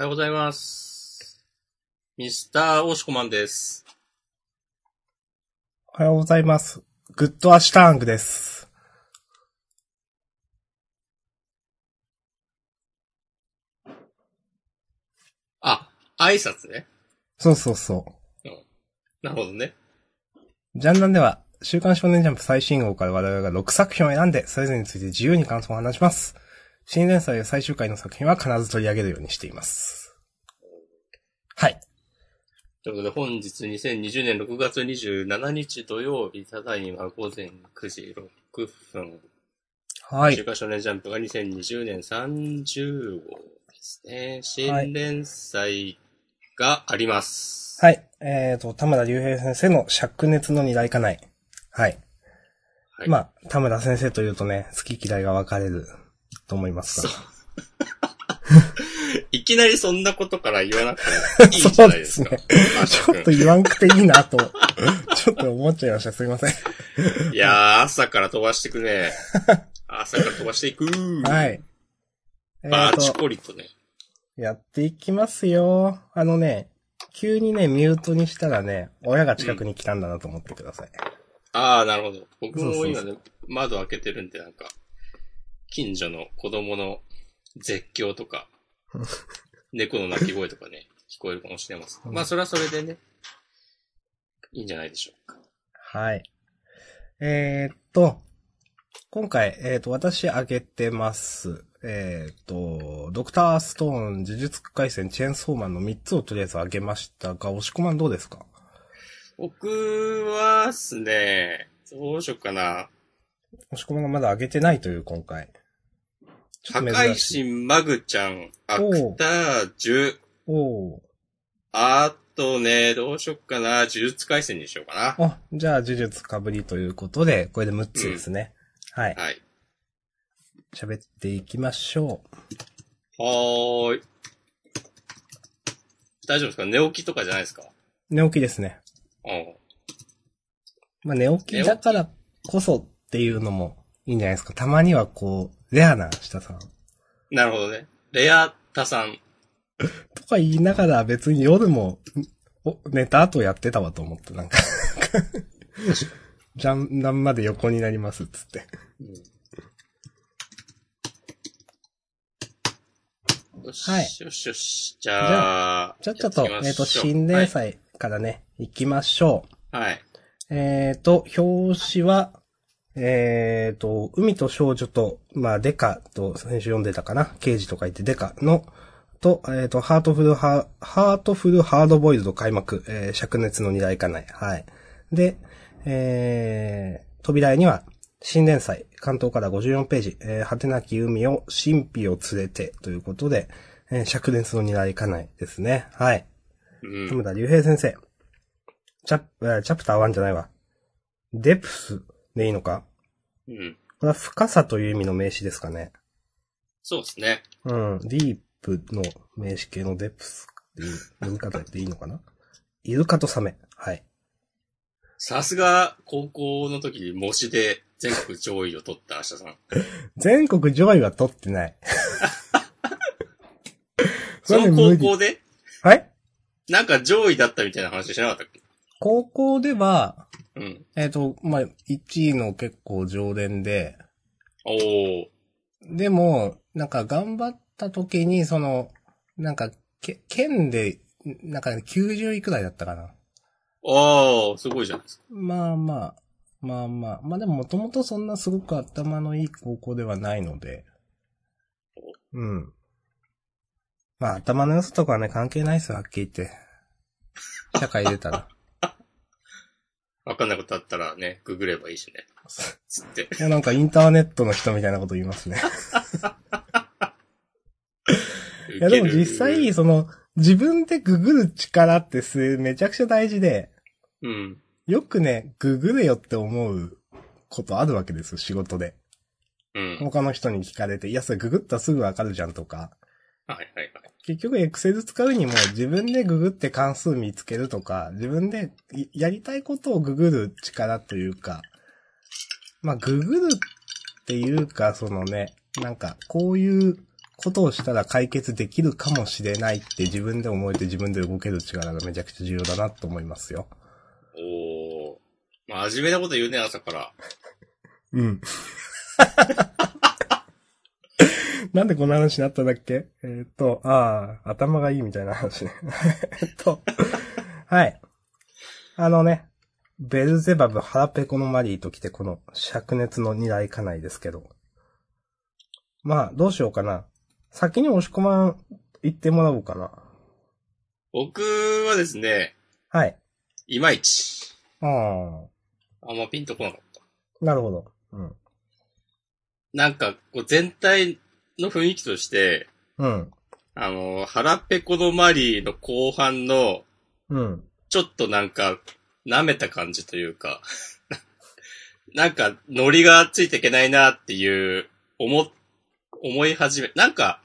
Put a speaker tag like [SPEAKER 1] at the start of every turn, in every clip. [SPEAKER 1] おはようございます。ミスター・オシコマンです。
[SPEAKER 2] おはようございます。グッドアシュタングです。
[SPEAKER 1] あ、挨拶ね。
[SPEAKER 2] そうそうそ
[SPEAKER 1] なるほどね。
[SPEAKER 2] う。ジャンダンでは、週刊少年ジャンプ最新号から我々が6作品を選んで、それぞれについて自由に感想を話します。新連載や最終回の作品は必ず取り上げるようにしています。はい。
[SPEAKER 1] ということで、本日2020年6月27日土曜日、ただいま午前9時6分。
[SPEAKER 2] は
[SPEAKER 1] 週
[SPEAKER 2] い。
[SPEAKER 1] 刊少年ジャンプが2020年30号ですね。新連載があります。
[SPEAKER 2] はい。えーと、田村隆平先生の灼熱の二大家内。はい。
[SPEAKER 1] はい
[SPEAKER 2] まあ、田村先生というとね、好き嫌いが分かれると思いますが。
[SPEAKER 1] いきなりそんなことから言わなくていいじゃないですか。
[SPEAKER 2] そう ちょっと言わんくていいなと、ちょっと思っちゃいました。すいません。
[SPEAKER 1] いやー、朝から飛ばしてくね。朝から飛ばしていく
[SPEAKER 2] はい。。えっ、
[SPEAKER 1] バーチ
[SPEAKER 2] と、
[SPEAKER 1] コリとね。
[SPEAKER 2] やっていきますよ。あのね、急にね、ミュートにしたらね、親が近くに来たんだなと思ってください。
[SPEAKER 1] ああ、なるほど。僕も
[SPEAKER 2] そう
[SPEAKER 1] 今
[SPEAKER 2] そうそ
[SPEAKER 1] ね、窓開けてるんで、なんか、近所の子供の絶叫と か、猫の鳴き声とかね、聞こえるかもしれません。まあ、それはそれでね、いいんじゃないでしょうか。
[SPEAKER 2] はい。えー、っと、今回、えーっと、私あげてます。えー、っと、ドクターストーン、呪術回戦、チェーンソーマンの3つをとりあえずあげましたが、押し込まんどうですか
[SPEAKER 1] 僕はっすね、どうしようかな。
[SPEAKER 2] 押し込まんがまだあげてないという今回。ち
[SPEAKER 1] 破
[SPEAKER 2] ょっと
[SPEAKER 1] 壊
[SPEAKER 2] 珍しい。
[SPEAKER 1] 神、マグちゃん、アクタージュ、
[SPEAKER 2] おー。
[SPEAKER 1] あとね、どうしよっかな。呪術回戦にしようか
[SPEAKER 2] あ、じゃあ、呪術かぶりということで、これで6つですね。はい
[SPEAKER 1] な。。はい。
[SPEAKER 2] 喋っていきましょう。
[SPEAKER 1] はーい。大丈夫ですか寝起きとかじゃないですか
[SPEAKER 2] 寝起きですね。
[SPEAKER 1] うん。
[SPEAKER 2] まあ、寝起きだからこそっていうのもいいんじゃないですか。たまにはこう、レアな下さん。
[SPEAKER 1] なるほどね。レアタさん。
[SPEAKER 2] とか言いながら別に夜も、んお、寝た後やってたわと思って、な んか。ジャンダンまで横になりますっつって。
[SPEAKER 1] よし、
[SPEAKER 2] はい
[SPEAKER 1] よしよし。じゃあ、
[SPEAKER 2] じゃあちょっと、えっ、
[SPEAKER 1] やていきま
[SPEAKER 2] と、
[SPEAKER 1] しょう
[SPEAKER 2] 新連載からね、行きましょう。
[SPEAKER 1] はい。はい。
[SPEAKER 2] えーと、表紙は、えーと、海と少女と、まあ、デカと、先週読んでたかな、刑事と書いてデカの、と、えーと、ハートフルハ、ハートフルハードボイルド開幕、えー灼熱の二大かない。はい。で、えー、扉絵には、新連載、関東から54ページ、えー、果てなき海を、神秘を連れて、ということで、えー灼熱の二大かないですね。はい。
[SPEAKER 1] う
[SPEAKER 2] 田
[SPEAKER 1] ん。
[SPEAKER 2] 村隆平先生。チャプ、えーチャプター1じゃないわ。デプスでいいのか
[SPEAKER 1] うん。
[SPEAKER 2] これは深さという意味の名詞ですかね。
[SPEAKER 1] そうですね。
[SPEAKER 2] うん。ディープの名詞系のデプスっていう読み方でいいのかなイルカとサメ。はい。
[SPEAKER 1] さすが、高校の時に模試で全国上位を取ったアシ ャさん。
[SPEAKER 2] 全国上位は取ってない。
[SPEAKER 1] その
[SPEAKER 2] 無
[SPEAKER 1] 高
[SPEAKER 2] 理
[SPEAKER 1] 校で、
[SPEAKER 2] はい
[SPEAKER 1] なんか上位だったみたいな話しなかったっけ
[SPEAKER 2] 高校では、
[SPEAKER 1] うん。
[SPEAKER 2] えっ、と、まあ、1位の結構常連で、
[SPEAKER 1] おー。
[SPEAKER 2] でも、なんか頑張った時に、その、なんか、け、県で、なんかね90位くらいだったかな。
[SPEAKER 1] おー、すごいじゃないですか。
[SPEAKER 2] まあまあ、まあまあ、まあでももともとそんなすごく頭のいい高校ではないので、うん。まあ頭の良さとかはね、関係ないですよ、はっきり言って。社会出たら。
[SPEAKER 1] わかんないことあったらね、ググればいいしね。つって。
[SPEAKER 2] いや、なんかインターネットの人みたいなこと言いますね。 いやでも実
[SPEAKER 1] ウケ
[SPEAKER 2] 際、
[SPEAKER 1] る
[SPEAKER 2] その、自分でググる力ってす、めちゃくちゃ大事で、
[SPEAKER 1] うん。
[SPEAKER 2] よくね、ググれよって思うことあるわけですよ、仕事で。
[SPEAKER 1] うん。
[SPEAKER 2] 他の人に聞かれて、いや、それググったらすぐわかるじゃんとか。
[SPEAKER 1] はいはいはい。
[SPEAKER 2] 結局、エクセル使うにも自分でググって関数見つけるとか、自分でいやりたいことをググる力というか、まあ、ググるっていうか、そのね、なんか、こういうことをしたら解決できるかもしれないって自分で思えて自分で動ける力がめちゃくちゃ重要だなと思いますよ。
[SPEAKER 1] おお。まあ、真面目なこと言うね、朝から。
[SPEAKER 2] うん。 なんでこの話になったんだっけえーっと、ああ、頭がいいみたいな話ね。 えーっと、はい。あのね、ベルゼバブ、腹ペコのマリーと来て、この灼熱の二大家内ですけど。まあ、どうしようかな。先に押し込まん、言ってもらおうかな。
[SPEAKER 1] 僕はですね、
[SPEAKER 2] はい。
[SPEAKER 1] いまいち。
[SPEAKER 2] ああ、
[SPEAKER 1] あんまピンとこなかった。
[SPEAKER 2] なるほど。うん。
[SPEAKER 1] なんか、こう全体の雰囲気として、
[SPEAKER 2] うん。
[SPEAKER 1] あの、腹ペコのマリーの後半の、
[SPEAKER 2] うん。
[SPEAKER 1] ちょっとなんか、舐めた感じというか、 なんか、ノリがついていけないなっていう、思、思い始め、なんか、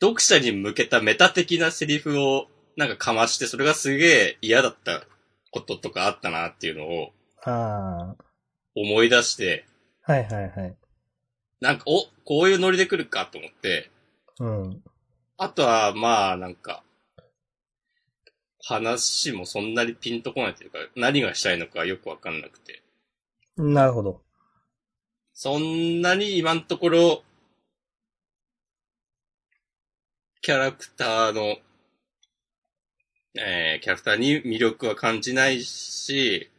[SPEAKER 1] 読者に向けたメタ的なセリフを、なんかかまして、それがすげえ嫌だったこととかあったなっていうのを
[SPEAKER 2] あ
[SPEAKER 1] 思い出して、
[SPEAKER 2] あ、はいはいはい。
[SPEAKER 1] なんか、お、こういうノリで来るかと思って、
[SPEAKER 2] うん。
[SPEAKER 1] あとは、まあ、なんか、話もそんなにピンとこないというか、何がしたいのかよくわかんなくて。
[SPEAKER 2] なるほど。
[SPEAKER 1] そんなに今のところ、キャラクターの、えー、キャラクターに魅力は感じないし、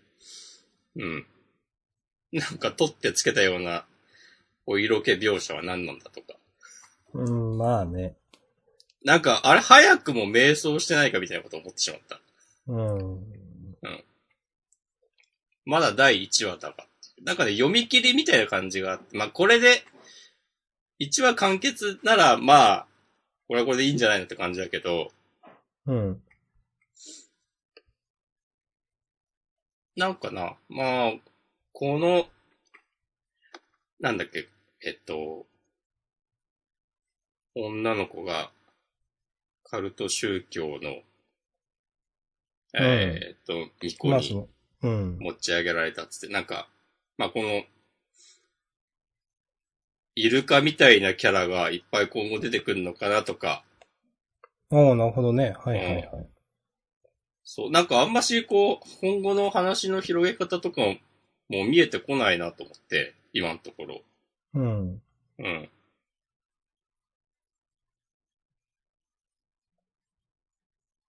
[SPEAKER 1] うん。なんか取ってつけたようなお色気描写は何なんだとか。
[SPEAKER 2] うん、まあね。
[SPEAKER 1] なんか、あれ早くも瞑想してないかみたいなこと思ってしまった。
[SPEAKER 2] うん。
[SPEAKER 1] まだ第1話だが。なんかね、読み切りみたいな感じがあって、まあこれで、1話完結なら、まあ、これはこれでいいんじゃないのって感じだけど、
[SPEAKER 2] うん。
[SPEAKER 1] なんかな、まあ、この、なんだっけ、えっと、女の子が、カルト宗教の、えーっと、巫女
[SPEAKER 2] まあ
[SPEAKER 1] に
[SPEAKER 2] その、うん。
[SPEAKER 1] 持ち上げられたっつって、なんか、まあ、この、イルカみたいなキャラがいっぱい今後出てくるのかなとか、
[SPEAKER 2] おーなるほどね。はいはいはい。
[SPEAKER 1] そう、なんかあんましこう、今後の話の広げ方とかも、もう見えてこないなと思って、今のところ。
[SPEAKER 2] うん。
[SPEAKER 1] うん。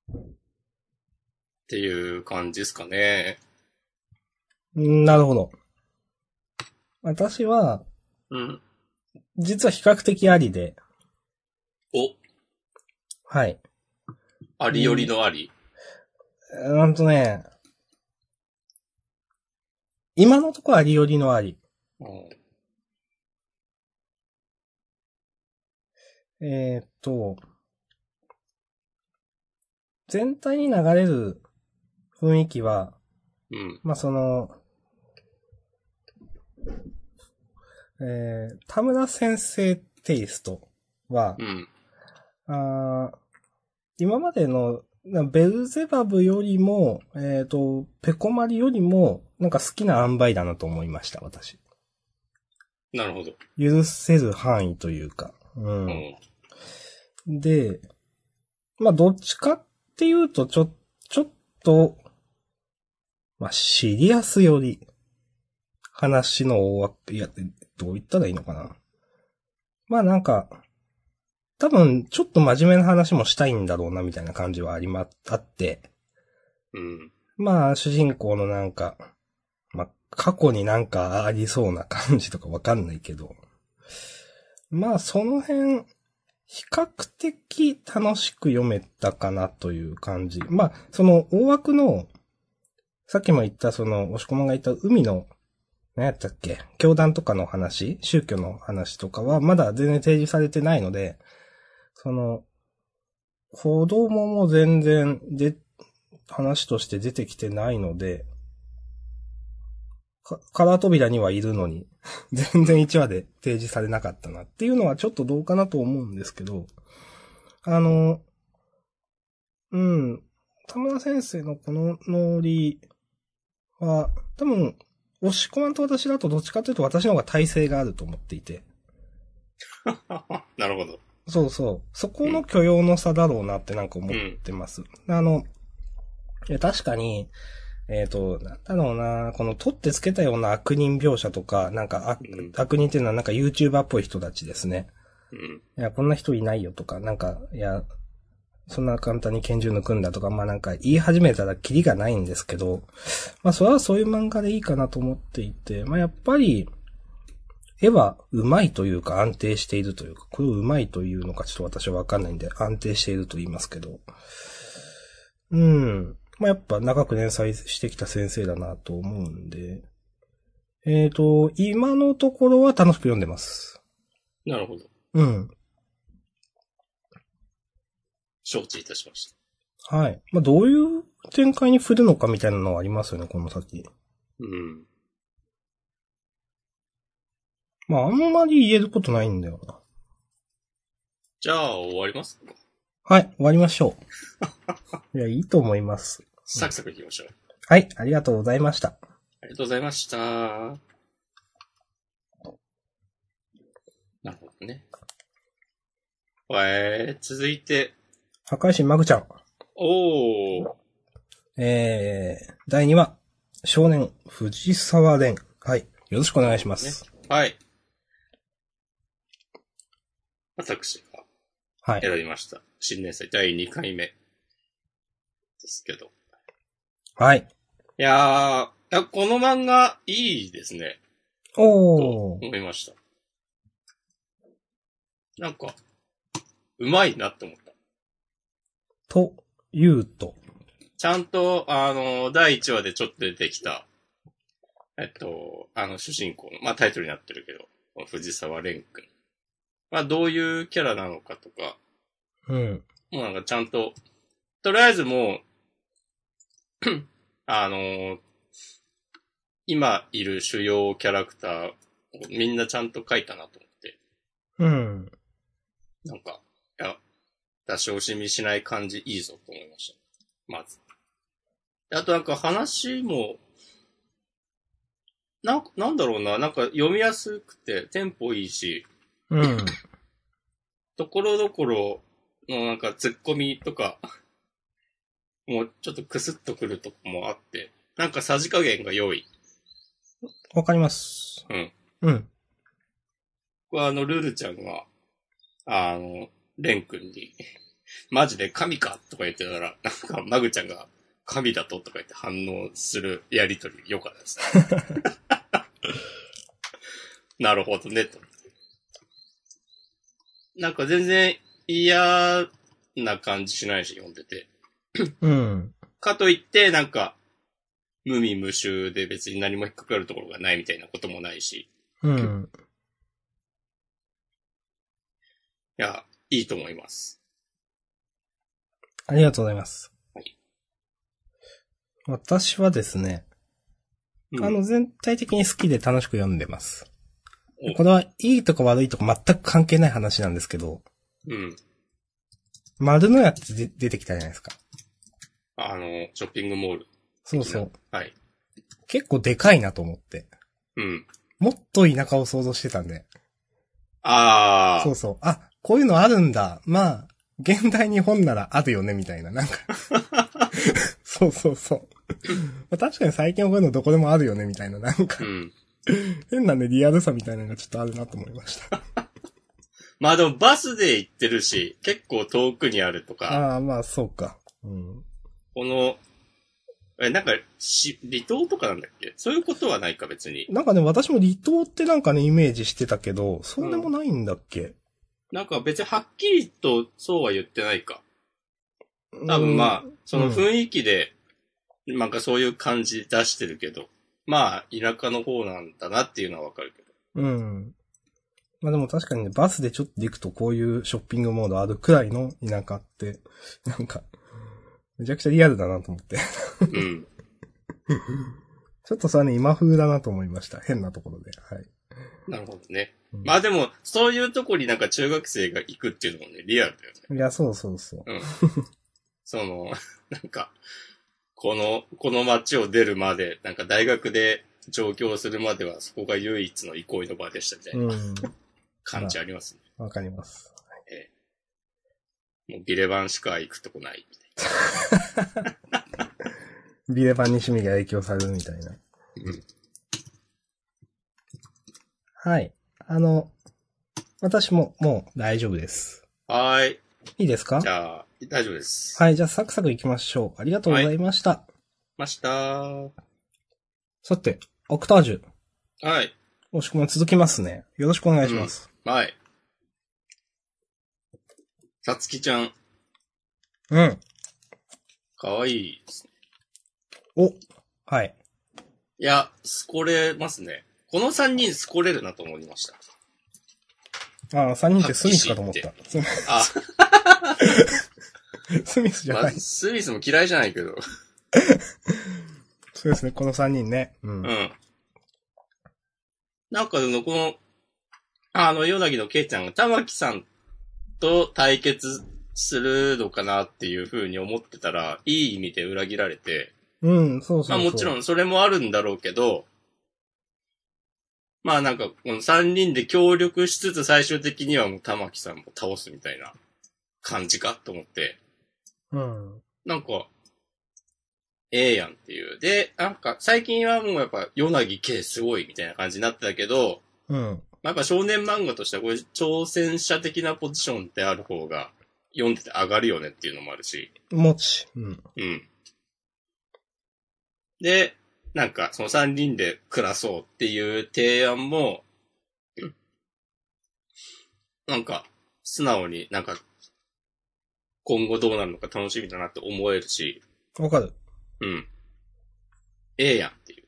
[SPEAKER 1] っていう感じですかね。
[SPEAKER 2] なるほど。私は、
[SPEAKER 1] うん。
[SPEAKER 2] 実は比較的ありで、
[SPEAKER 1] お、
[SPEAKER 2] はい。
[SPEAKER 1] ありよりのあり。
[SPEAKER 2] なんとね、今のところありよりのあり。
[SPEAKER 1] うん
[SPEAKER 2] えーっと、全体に流れる雰囲気は、
[SPEAKER 1] うん。
[SPEAKER 2] まあ、その、えー、田村先生テイストは
[SPEAKER 1] う、ん。
[SPEAKER 2] あー今までの、なベルゼバブよりも、えっ、と、ペコマリよりも、なんか好きな塩梅だなと思いました、私。
[SPEAKER 1] なるほど。
[SPEAKER 2] 許せる範囲というか。うん。
[SPEAKER 1] うん。
[SPEAKER 2] で、まあ、どっちかっていうと、ちょ、ちょっと、まあ、シリアスより、話の大枠、いや、どう言ったらいいのかな。まあ、なんか、多分、ちょっと真面目な話もしたいんだろうな、みたいな感じはありま、あって、
[SPEAKER 1] うん。
[SPEAKER 2] まあ、主人公のなんか、まあ、過去になんかありそうな感じとかわかんないけど、まあ、その辺、比較的楽しく読めたかなという感じ。まあ、その大枠の、さっきも言った、その、押し込まんが言った海の、何やったっけ教団とかの話宗教の話とかは、まだ全然提示されてないので、その、子供も全然で、話として出てきてないので、か、カラー扉にはいるのに、 全然1話で提示されなかったなっていうのはちょっとどうかなと思うんですけど、あの、うん、田村先生のこのノリは、多分、押し込まんと私だとどっちかというと私の方が耐性があると思っていて。
[SPEAKER 1] なるほど。
[SPEAKER 2] そうそう。そこの許容の差だろうなってなんか思ってます。あの、いや確かに、えっ、と、なんだろうな、この取ってつけたような悪人描写とか、なんか悪,、
[SPEAKER 1] うん
[SPEAKER 2] 悪人っていうのはなんか YouTuber っぽい人たちですね。
[SPEAKER 1] うん。
[SPEAKER 2] いや、こんな人いないよとか、なんか、いや、そんな簡単に拳銃抜くんだとか、まあなんか言い始めたらキリがないんですけど、まあそれはそういう漫画でいいかなと思っていて、まあやっぱり、絵は上手いというか安定しているというか、これを上手いというのかちょっと私はわかんないんで安定していると言いますけど、うん。まあやっぱ長く連載してきた先生だなと思うんで、えっ、と、今のところは楽しく読んでます。
[SPEAKER 1] なるほど。
[SPEAKER 2] うん。
[SPEAKER 1] 承知いたしました。
[SPEAKER 2] はい。まあ、どういう展開に振るのかみたいなのはありますよね、この先。
[SPEAKER 1] うん。
[SPEAKER 2] まあ、あんまり言えることないんだよな。
[SPEAKER 1] じゃあ、終わりますか
[SPEAKER 2] はい、終わりましょ う。いや、いいと思います。
[SPEAKER 1] サクサクいきましょう。
[SPEAKER 2] はい、ありがとうございました。
[SPEAKER 1] ありがとうございました。なるほどね。えー、続いて、
[SPEAKER 2] 破壊神マグちゃん。
[SPEAKER 1] おー、
[SPEAKER 2] えー、第2話、少年藤沢蓮。はい、よろしくお願いします。
[SPEAKER 1] はい。私が
[SPEAKER 2] はい。
[SPEAKER 1] 選びました。新年祭第2回目ですけど。い
[SPEAKER 2] はい。
[SPEAKER 1] やー、いやこの漫画いいですね。
[SPEAKER 2] お
[SPEAKER 1] と
[SPEAKER 2] ー。
[SPEAKER 1] 思いました。なんか、うまいなって思った。
[SPEAKER 2] と、言うと。
[SPEAKER 1] ちゃんと、あの、第1話でちょっと出てきた、えっと、あの、主人公の、まあタイトルになってるけど、この藤沢蓮くん。まあどういうキャラなのかとか、
[SPEAKER 2] うん。
[SPEAKER 1] もうなんかちゃんと、とりあえずもう、 あの、今いる主要キャラクター、みんなちゃんと書いたなと思って、
[SPEAKER 2] うん。
[SPEAKER 1] なんか、いや、出し惜しみしない感じいいぞと思いました。まず。であとなんか話も、なん、なんだろうな、なんか読みやすくて、テンポいいし、
[SPEAKER 2] うん。
[SPEAKER 1] ところどころのなんか突っ込みとか、もうちょっとクスッとくるとこもあって、なんかさじ加減が良い。
[SPEAKER 2] わかります。
[SPEAKER 1] うん。
[SPEAKER 2] うん。
[SPEAKER 1] 僕はあの、ルルちゃんが、あの、レン君に、マジで神かとか言ってたら、なんか、マグちゃんが、神だととか言って反応するやりとり、良かったです。 なるほどね、と。なんか全然嫌な感じしないし、読んでて。
[SPEAKER 2] うん。
[SPEAKER 1] かといって、なんか、無味無臭で別に何も引っかかるところがないみたいなこともないし、
[SPEAKER 2] うん。
[SPEAKER 1] いや、いいと思います。
[SPEAKER 2] ありがとうございます。
[SPEAKER 1] はい
[SPEAKER 2] 私はですね、
[SPEAKER 1] うん
[SPEAKER 2] あの、全体的に好きで楽しく読んでます
[SPEAKER 1] お。
[SPEAKER 2] これはいいとか悪いとか全く関係ない話なんですけど、
[SPEAKER 1] うん。
[SPEAKER 2] 丸のやつで出てきたじゃないですか。
[SPEAKER 1] あの、ショッピングモール。
[SPEAKER 2] そうそう。
[SPEAKER 1] はい。
[SPEAKER 2] 結構でかいなと思って。
[SPEAKER 1] うん。
[SPEAKER 2] もっと田舎を想像してたんで。
[SPEAKER 1] あ
[SPEAKER 2] そうそう。あ、こういうのあるんだ。まあ、現代日本ならあるよね、みたい な。なんか。そうそうそう。まあ確かに最近はこういうのどこでもあるよね、みたいな。なん
[SPEAKER 1] あ。う
[SPEAKER 2] か、
[SPEAKER 1] ん。
[SPEAKER 2] 変なね、リアルさみたいなのがちょっとあるなと思いました。
[SPEAKER 1] まあでもバスで行ってるし、結構遠くにあるとか、
[SPEAKER 2] ああ、まあ、そうか。うん。
[SPEAKER 1] この、え、なんか、し、離島とかなんだっけそういうことはないか別に。
[SPEAKER 2] なんかね、私も離島ってなんかね、イメージしてたけど、そうでもないんだっけ、
[SPEAKER 1] なんか別にはっきりとそうは言ってないか。
[SPEAKER 2] うん、
[SPEAKER 1] 多分まあ、その雰囲気で、なんかそういう感じ出してるけど、まあ、田舎の方なんだなっていうのはわかるけど。
[SPEAKER 2] うん。まあでも確かにね、バスでちょっと行くとこういうショッピングモードあるくらいの田舎って、なんか、めちゃくちゃリアルだなと思って。
[SPEAKER 1] うん。
[SPEAKER 2] ちょっとそれはね、今風だなと思いました。変なところで。はい。
[SPEAKER 1] なるほどね。
[SPEAKER 2] うん
[SPEAKER 1] まあでも、そういうとこになんか中学生が行くっていうのもね、リアルだよね。
[SPEAKER 2] いや、そうそうそう。
[SPEAKER 1] その、 なんか、この、この街を出るまで、なんか大学で上京するまではそこが唯一の憩いの場でしたみたいな
[SPEAKER 2] うん。
[SPEAKER 1] 感じありますね。
[SPEAKER 2] わかります。
[SPEAKER 1] もうビレバンしか行くとこない。
[SPEAKER 2] ビレバンに趣味が影響されるみたいな。
[SPEAKER 1] うん
[SPEAKER 2] はい。あの、私ももう大丈夫です。
[SPEAKER 1] はーい。
[SPEAKER 2] いいですか
[SPEAKER 1] じゃあ、大丈夫です。
[SPEAKER 2] はい、じゃあサクサク行きましょう。ありがとうございました。
[SPEAKER 1] ましたー。
[SPEAKER 2] さて、オクタージュ、
[SPEAKER 1] はい。
[SPEAKER 2] 押し込み続きますね。よろしくお願いします。
[SPEAKER 1] はい。さつきちゃん、
[SPEAKER 2] うん。
[SPEAKER 1] かわいいですね。
[SPEAKER 2] お、はい。
[SPEAKER 1] いや、すこれますね。この3人すこれるなと思いました。
[SPEAKER 2] あ、三人ってスミスかと思った。す
[SPEAKER 1] あ、
[SPEAKER 2] スミスじゃ
[SPEAKER 1] ま
[SPEAKER 2] な
[SPEAKER 1] あ、
[SPEAKER 2] い。
[SPEAKER 1] スミスも嫌いじゃないけど。
[SPEAKER 2] そうですね、この三人ね。うん。
[SPEAKER 1] うん。なんか、その、この、あの、ヨナギのケイちゃんが玉木さんと対決するのかなっていう風に思ってたら、いい意味で裏切られて、
[SPEAKER 2] うん、そうそうそ
[SPEAKER 1] ま
[SPEAKER 2] う。
[SPEAKER 1] あもちろ
[SPEAKER 2] ん。
[SPEAKER 1] んそれもあるんだろうけど、まあなんか、この3人で協力しつつ最終的にはもう玉木さんも倒すみたいな感じかと思って、
[SPEAKER 2] うん。
[SPEAKER 1] なんか、ええやんっていう。で、なんか、最近はもうやっぱ、ヨナギ系すごいみたいな感じになってたけど、
[SPEAKER 2] うん。
[SPEAKER 1] まあ、やっぱ少年漫画としてはこういう挑戦者的なポジションってある方が、読んでて上がるよねっていうのもあるし、
[SPEAKER 2] もち。うん。
[SPEAKER 1] うん。で、なんか、その三人で暮らそうっていう提案も、なんか、素直になんか、今後どうなるのか楽しみだなって思えるし、
[SPEAKER 2] わかる。
[SPEAKER 1] うん。ええやんっていう。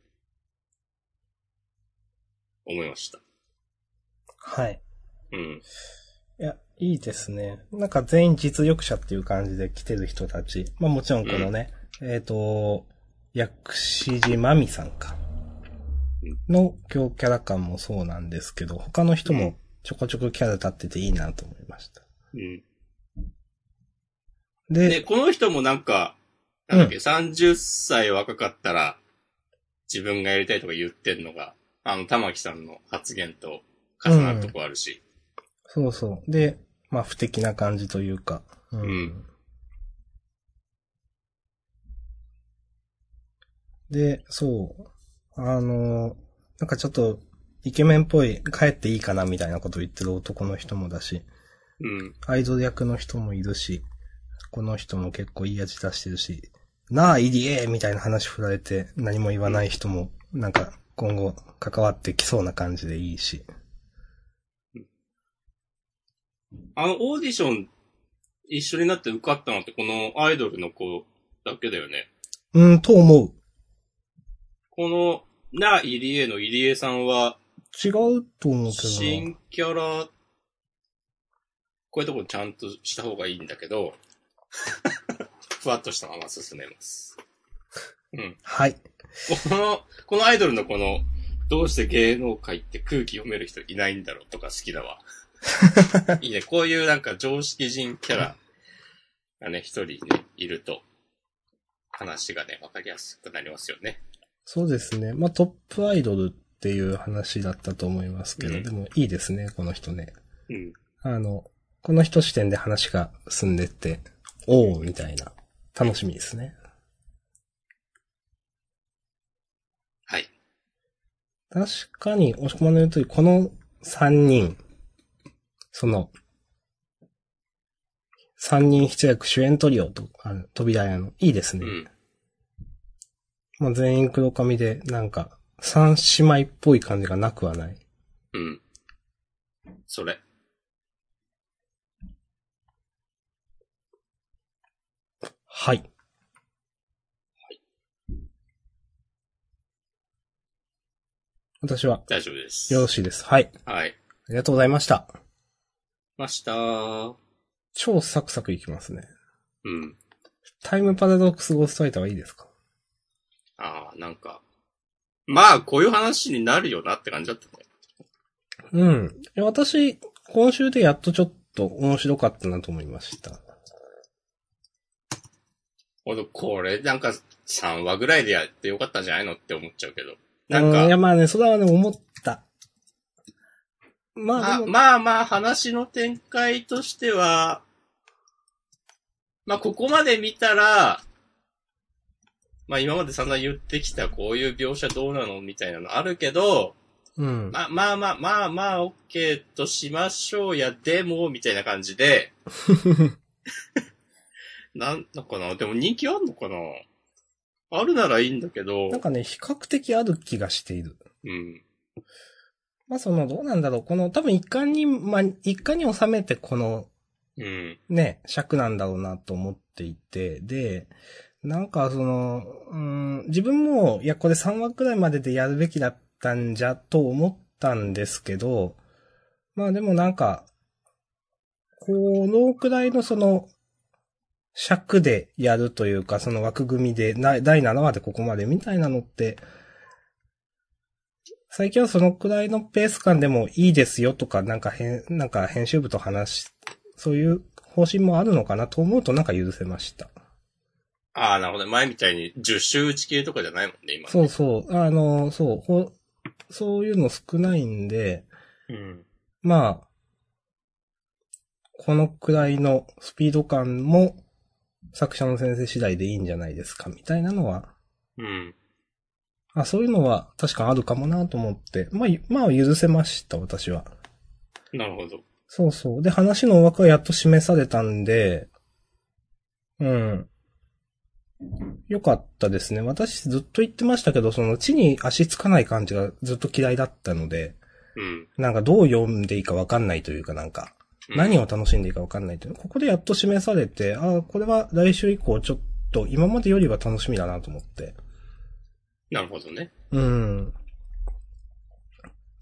[SPEAKER 1] 思いました。
[SPEAKER 2] はい。
[SPEAKER 1] うん。
[SPEAKER 2] いや、いいですね。なんか全員実力者っていう感じで来てる人たち。まあもちろんこのね、えっ、と、薬師寺まみさんか
[SPEAKER 1] うん。
[SPEAKER 2] の強キャラ感もそうなんですけど、他の人
[SPEAKER 1] う
[SPEAKER 2] も
[SPEAKER 1] ん
[SPEAKER 2] ちょこちょこキャラ立ってていいなと思いました。
[SPEAKER 1] うん。で、
[SPEAKER 2] で、
[SPEAKER 1] この人もなんか、なんだっけ、30歳若かったら、自分がやりたいとか言ってんのが、あの、玉木さんの発言と重なるとこあるし。
[SPEAKER 2] そうそう。で、まあ不敵な感じというか。うん
[SPEAKER 1] うん
[SPEAKER 2] で、そう。あの、なんかちょっと、イケメンっぽい、帰っていいかなみたいなことを言ってる男の人もだし、
[SPEAKER 1] うん。
[SPEAKER 2] アイドル役の人もいるし、この人も結構いい味出してるし、なあ、イディエみたいな話振られて何も言わない人も、なんか今後関わってきそうな感じでいいし。
[SPEAKER 1] あの、オーディション、一緒になって受かったのって、このアイドルの子だけだよね。
[SPEAKER 2] うん、と思う。
[SPEAKER 1] この、な、入江の入江さんは、
[SPEAKER 2] 違うと思うけどな。
[SPEAKER 1] 新キャラ、こういうところちゃんとした方がいいんだけど、ふわっとしたまま進めます。うん。
[SPEAKER 2] はい。
[SPEAKER 1] この、このアイドルのこの、どうして芸能界って空気読める人いないんだろうとか好きだわ。いいね。こういうなんか常識人キャラがね、一人ね、いると、話がね、わかりやすくなりますよね。
[SPEAKER 2] そうですね。まあ、トップアイドルっていう話だったと思いますけど、
[SPEAKER 1] うん
[SPEAKER 2] でもいいですね、この人ね。
[SPEAKER 1] うん。
[SPEAKER 2] あの、この人視点で話が進んでって、おーみたいな、楽しみですね。
[SPEAKER 1] はい。
[SPEAKER 2] 確かに、押し込まれるとり、この三人、その、三人一役主演トリオと、あの、扉屋の、いいです
[SPEAKER 1] う
[SPEAKER 2] ね。
[SPEAKER 1] ん。
[SPEAKER 2] まあ、全員黒髪で、なんか、三姉妹っぽい感じがなくはない。
[SPEAKER 1] うん。それ。
[SPEAKER 2] はい。私は、
[SPEAKER 1] 大丈夫です。
[SPEAKER 2] よろしいです。はい。
[SPEAKER 1] はい。
[SPEAKER 2] ありがとうございました。
[SPEAKER 1] ましたー。
[SPEAKER 2] 超サクサクいきますね。
[SPEAKER 1] うん。
[SPEAKER 2] タイムパラドックスゴーストライターはいいですか
[SPEAKER 1] ああ、なんか。まあ、こういう話になるよなって感じだったね。
[SPEAKER 2] うん。いや私、今週でやっとちょっと面白かったなと思いました。
[SPEAKER 1] ほんと、これ、なんか、3話ぐらいでやってよかったんじゃないのって思っちゃうけど。な
[SPEAKER 2] うんい
[SPEAKER 1] ん
[SPEAKER 2] や、
[SPEAKER 1] か、
[SPEAKER 2] まあね、それはね、思った。まあ
[SPEAKER 1] あ
[SPEAKER 2] でも、
[SPEAKER 1] まあまあ、話の展開としては、まあ、ここまで見たら、まあ、今まで散々言ってきたこういう描写どうなのみたいなのあるけど、
[SPEAKER 2] うん。
[SPEAKER 1] まあまあまあ、まあまあ、OK としましょうや、でも、みたいな感じ で、なんのかなでも人気あんのかなあるならいいんだけど
[SPEAKER 2] なん、かね、比較的ある気がしている。
[SPEAKER 1] うん。
[SPEAKER 2] まあその、どうなんだろう。この、多分一貫に、まあ、一貫に収めてこの
[SPEAKER 1] うん。
[SPEAKER 2] ね、尺なんだろうなと思っていて、で、なんかその、うん、自分も、いや、これ3話くらいまででやるべきだったんじゃと思ったんですけど、まあでもなんか、このくらいのその、尺でやるというか、その枠組みで、な第7話でここまでみたいなのって、最近はそのくらいのペース感でもいいですよとか、なんか編、なんか編集部と話しそういう方針もあるのかなと思うとなんか許せました。
[SPEAKER 1] ああ、なるほど。前みたいに10周打ち切りとかじゃないもんね、今。
[SPEAKER 2] そうそう。あの、そう、ほそういうの少ないんで、
[SPEAKER 1] うん。
[SPEAKER 2] まあ、このくらいのスピード感も作者の先生次第でいいんじゃないですか、みたいなのは、
[SPEAKER 1] うん。
[SPEAKER 2] あ、そういうのは確かあるかもなと思って、まあ、ゆまあ許せました、私は。
[SPEAKER 1] なるほど。
[SPEAKER 2] そうそう。で、話の大枠はやっと示されたんで、うん。よかったですね。私ずっと言ってましたけど、その地に足つかない感じがずっと嫌いだったので、
[SPEAKER 1] うん。
[SPEAKER 2] なんかどう読んでいいかわかんないというかなんか、何を楽しんでいいかわかんないというここでやっと示されて、ああ、これは来週以降ちょっと今までよりは楽しみだなと思って。
[SPEAKER 1] なるほどね。
[SPEAKER 2] うん。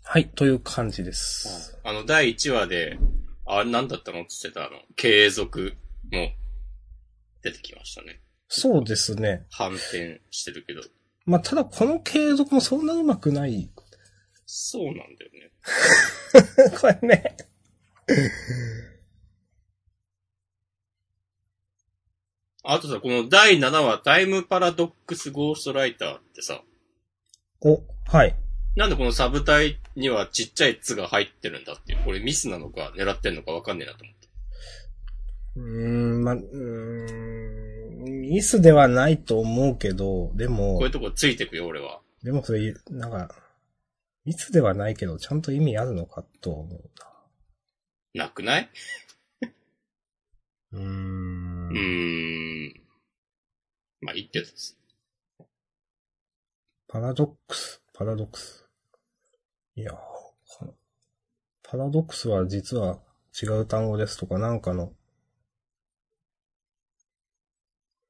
[SPEAKER 2] はい、という感じです。
[SPEAKER 1] あの、第1話で、あれ何だったのって言ってた、あの、継続も出てきましたね。
[SPEAKER 2] そうですね。
[SPEAKER 1] 反転してるけど。
[SPEAKER 2] まあ、ただこの継続もそんなうまくない
[SPEAKER 1] そうなんだよね。
[SPEAKER 2] これね。
[SPEAKER 1] あとさ、この第7話、タイムパラドックスゴーストライターってさ、
[SPEAKER 2] お、はい。
[SPEAKER 1] なんでこのサブタイにはちっちゃい「つ」が入ってるんだっていう。これミスなのか狙ってんのかわかんねえなと思って。
[SPEAKER 2] うーん、ま、うーん、ミスではないと思うけど、で
[SPEAKER 1] こ
[SPEAKER 2] も
[SPEAKER 1] ういう、とこついてくよ、俺は。
[SPEAKER 2] でもそれ、なんか、ミスではないけど、ちゃんと意味あるのかと思
[SPEAKER 1] なくないう
[SPEAKER 2] な。うーん
[SPEAKER 1] うーん。まあ、いいってやつです。
[SPEAKER 2] パラドックス、パラドックス。いやーこパラドックスは実は違う単語ですとか、なんかの、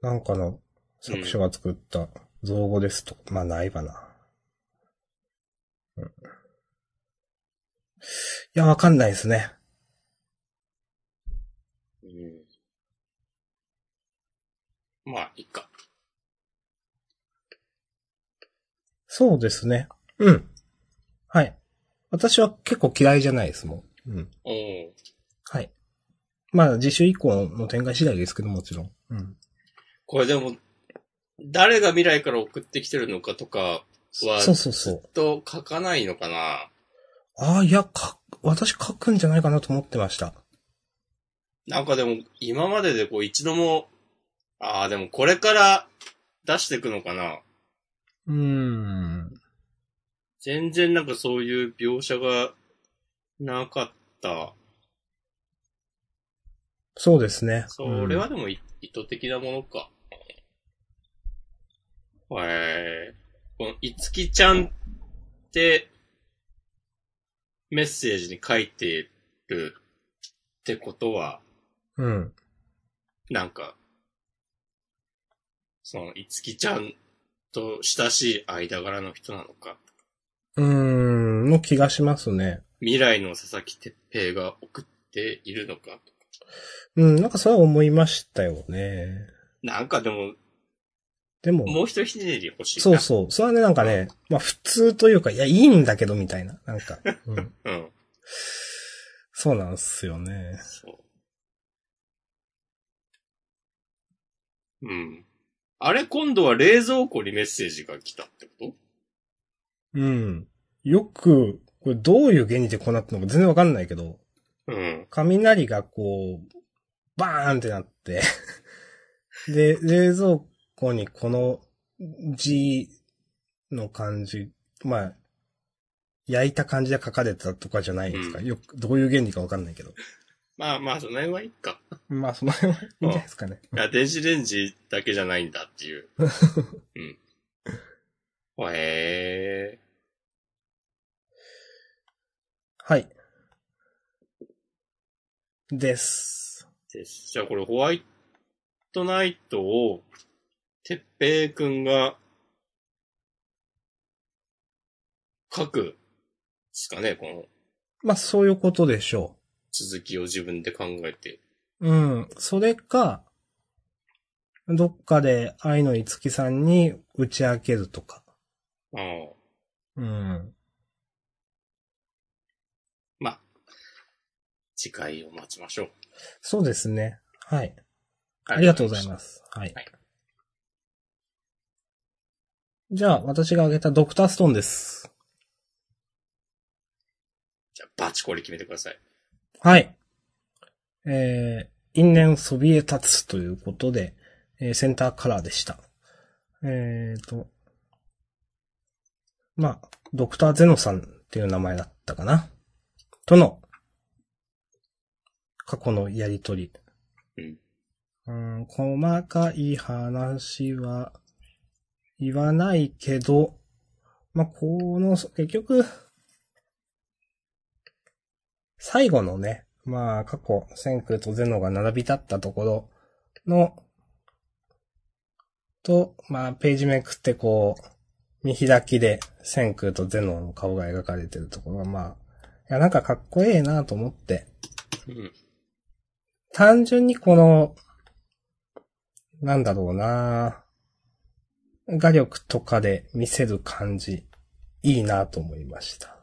[SPEAKER 2] なんかの作者が作った造語ですとか、まあないわな。うん、いや、わかんないですね。
[SPEAKER 1] うん。まあ、いいか。
[SPEAKER 2] そうですね。うん。はい。私は結構嫌いじゃないですもん。うん。
[SPEAKER 1] おお。
[SPEAKER 2] はい。まあ、自習以降の展開次第ですけど、もちろん。うん。
[SPEAKER 1] これでも、誰が未来から送ってきてるのかとかは、
[SPEAKER 2] そうそうそう。
[SPEAKER 1] と書かないのかな
[SPEAKER 2] ああ、いや、か、私書くんじゃないかなと思ってました。
[SPEAKER 1] なんかでも、今まででこう一度も、ああ、でもこれから出していくのかな
[SPEAKER 2] うーん。
[SPEAKER 1] 全然なんかそういう描写がなかった。
[SPEAKER 2] そうですね。
[SPEAKER 1] それはでもい意図的なものか。えー、この、いつきちゃんって、メッセージに書いてるってことは、
[SPEAKER 2] うん。うん。
[SPEAKER 1] なんか、その、いつきちゃんと親しい間柄の人なのか、
[SPEAKER 2] うーん、の気がしますね。
[SPEAKER 1] 未来の佐々木哲平が送っているのか、
[SPEAKER 2] うん、なんかそれは思いましたよね。
[SPEAKER 1] なんかでも、
[SPEAKER 2] でも、
[SPEAKER 1] もう一ひねり欲しいな。
[SPEAKER 2] そうそう。それはね、なんかね、まあ普通というか、いや、いいんだけど、みたいな。なんか、 うん。
[SPEAKER 1] う。うん。
[SPEAKER 2] そうなんすよね。
[SPEAKER 1] そう。うん。あれ、今度は冷蔵庫にメッセージが来たってこと
[SPEAKER 2] うん。よく、これどういう原理でこうなったのか全然わかんないけど、
[SPEAKER 1] うん。
[SPEAKER 2] 雷がこう、バーンってなって、 で、冷蔵庫にこの字の感じ、まあ、焼いた感じで書かれてたとかじゃないですか。
[SPEAKER 1] う
[SPEAKER 2] よく、どういう原理かわかんないけど。
[SPEAKER 1] まあまあ、その辺はいいか。
[SPEAKER 2] まあ、その辺はいいんじゃないですかね。
[SPEAKER 1] いや、電子レンジだけじゃないんだって いう。うん。わへえ
[SPEAKER 2] はい。です。
[SPEAKER 1] ーです。じゃあこれホワイトナイトを、てっぺいくんが、書く、ですかね、この
[SPEAKER 2] まあ、そういうことでしょ
[SPEAKER 1] 続きを自分で考えて。
[SPEAKER 2] う。うん。それか、どっかで愛の五木さんに打ち明けるとか。
[SPEAKER 1] ああ。
[SPEAKER 2] うん。
[SPEAKER 1] まあ、次回を待ちましょう。
[SPEAKER 2] そうですね。はい。
[SPEAKER 1] あ
[SPEAKER 2] ありがとうござい
[SPEAKER 1] す。
[SPEAKER 2] ます。はい
[SPEAKER 1] はい。
[SPEAKER 2] じゃあ、私が挙げたドクターストーンです。
[SPEAKER 1] じゃあ、バチコリ決めてください。
[SPEAKER 2] はい。えー、因縁そびえ立つということで、えーセンターカラーでした。えーと、まあ、ドクターゼノさんっていう名前だったかな。との、過去のやりとり。
[SPEAKER 1] うん。
[SPEAKER 2] うん、細かい話は言わないけど、まあ、この、結局、最後のね、まあ、過去、千空とゼノが並び立ったところの、と、まあ、ページめくってこう、見開きで千空とゼノの顔が描かれてるところが、まあ、いや、なんかかっこええなと思って、
[SPEAKER 1] うん。
[SPEAKER 2] 単純にこの、なんだろうな画力とかで見せる感じ、いいなと思いました。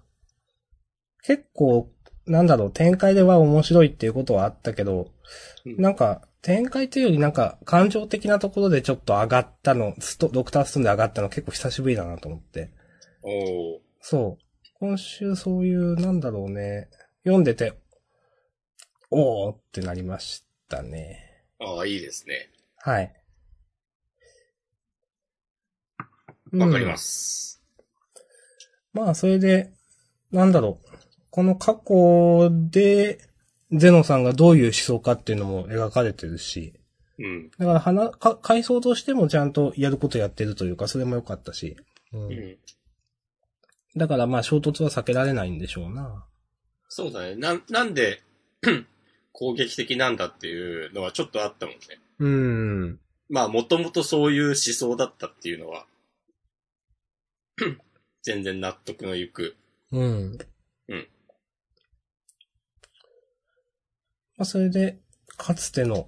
[SPEAKER 2] 結構、なんだろう、展開では面白いっていうことはあったけど、
[SPEAKER 1] うん
[SPEAKER 2] なんか、展開というよりなんか、感情的なところでちょっと上がったの、スト、ドクターストーンで上がったの結構久しぶりだなと思って。
[SPEAKER 1] おー。
[SPEAKER 2] そう。今週そういう、なんだろうね。読んでて、おーってなりましたね。
[SPEAKER 1] ああ、いいですね。
[SPEAKER 2] はい。。
[SPEAKER 1] わかりますす。
[SPEAKER 2] まあ、それで、なんだろう。この過去で、ゼノさんがどういう思想かっていうのも描かれてるし、
[SPEAKER 1] うん。
[SPEAKER 2] だから花、か、回想としてもちゃんとやることやってるというか、それも良かったし。う。
[SPEAKER 1] うんん。
[SPEAKER 2] だからまあ、衝突は避けられないんでしょうな。
[SPEAKER 1] そうだね。なん、なんで、 攻撃的なんだっていうのはちょっとあったもんね。
[SPEAKER 2] うん。
[SPEAKER 1] まあ、もともとそういう思想だったっていうのは、全然納得のいく。
[SPEAKER 2] うん。
[SPEAKER 1] うん。
[SPEAKER 2] まあ、それで、かつての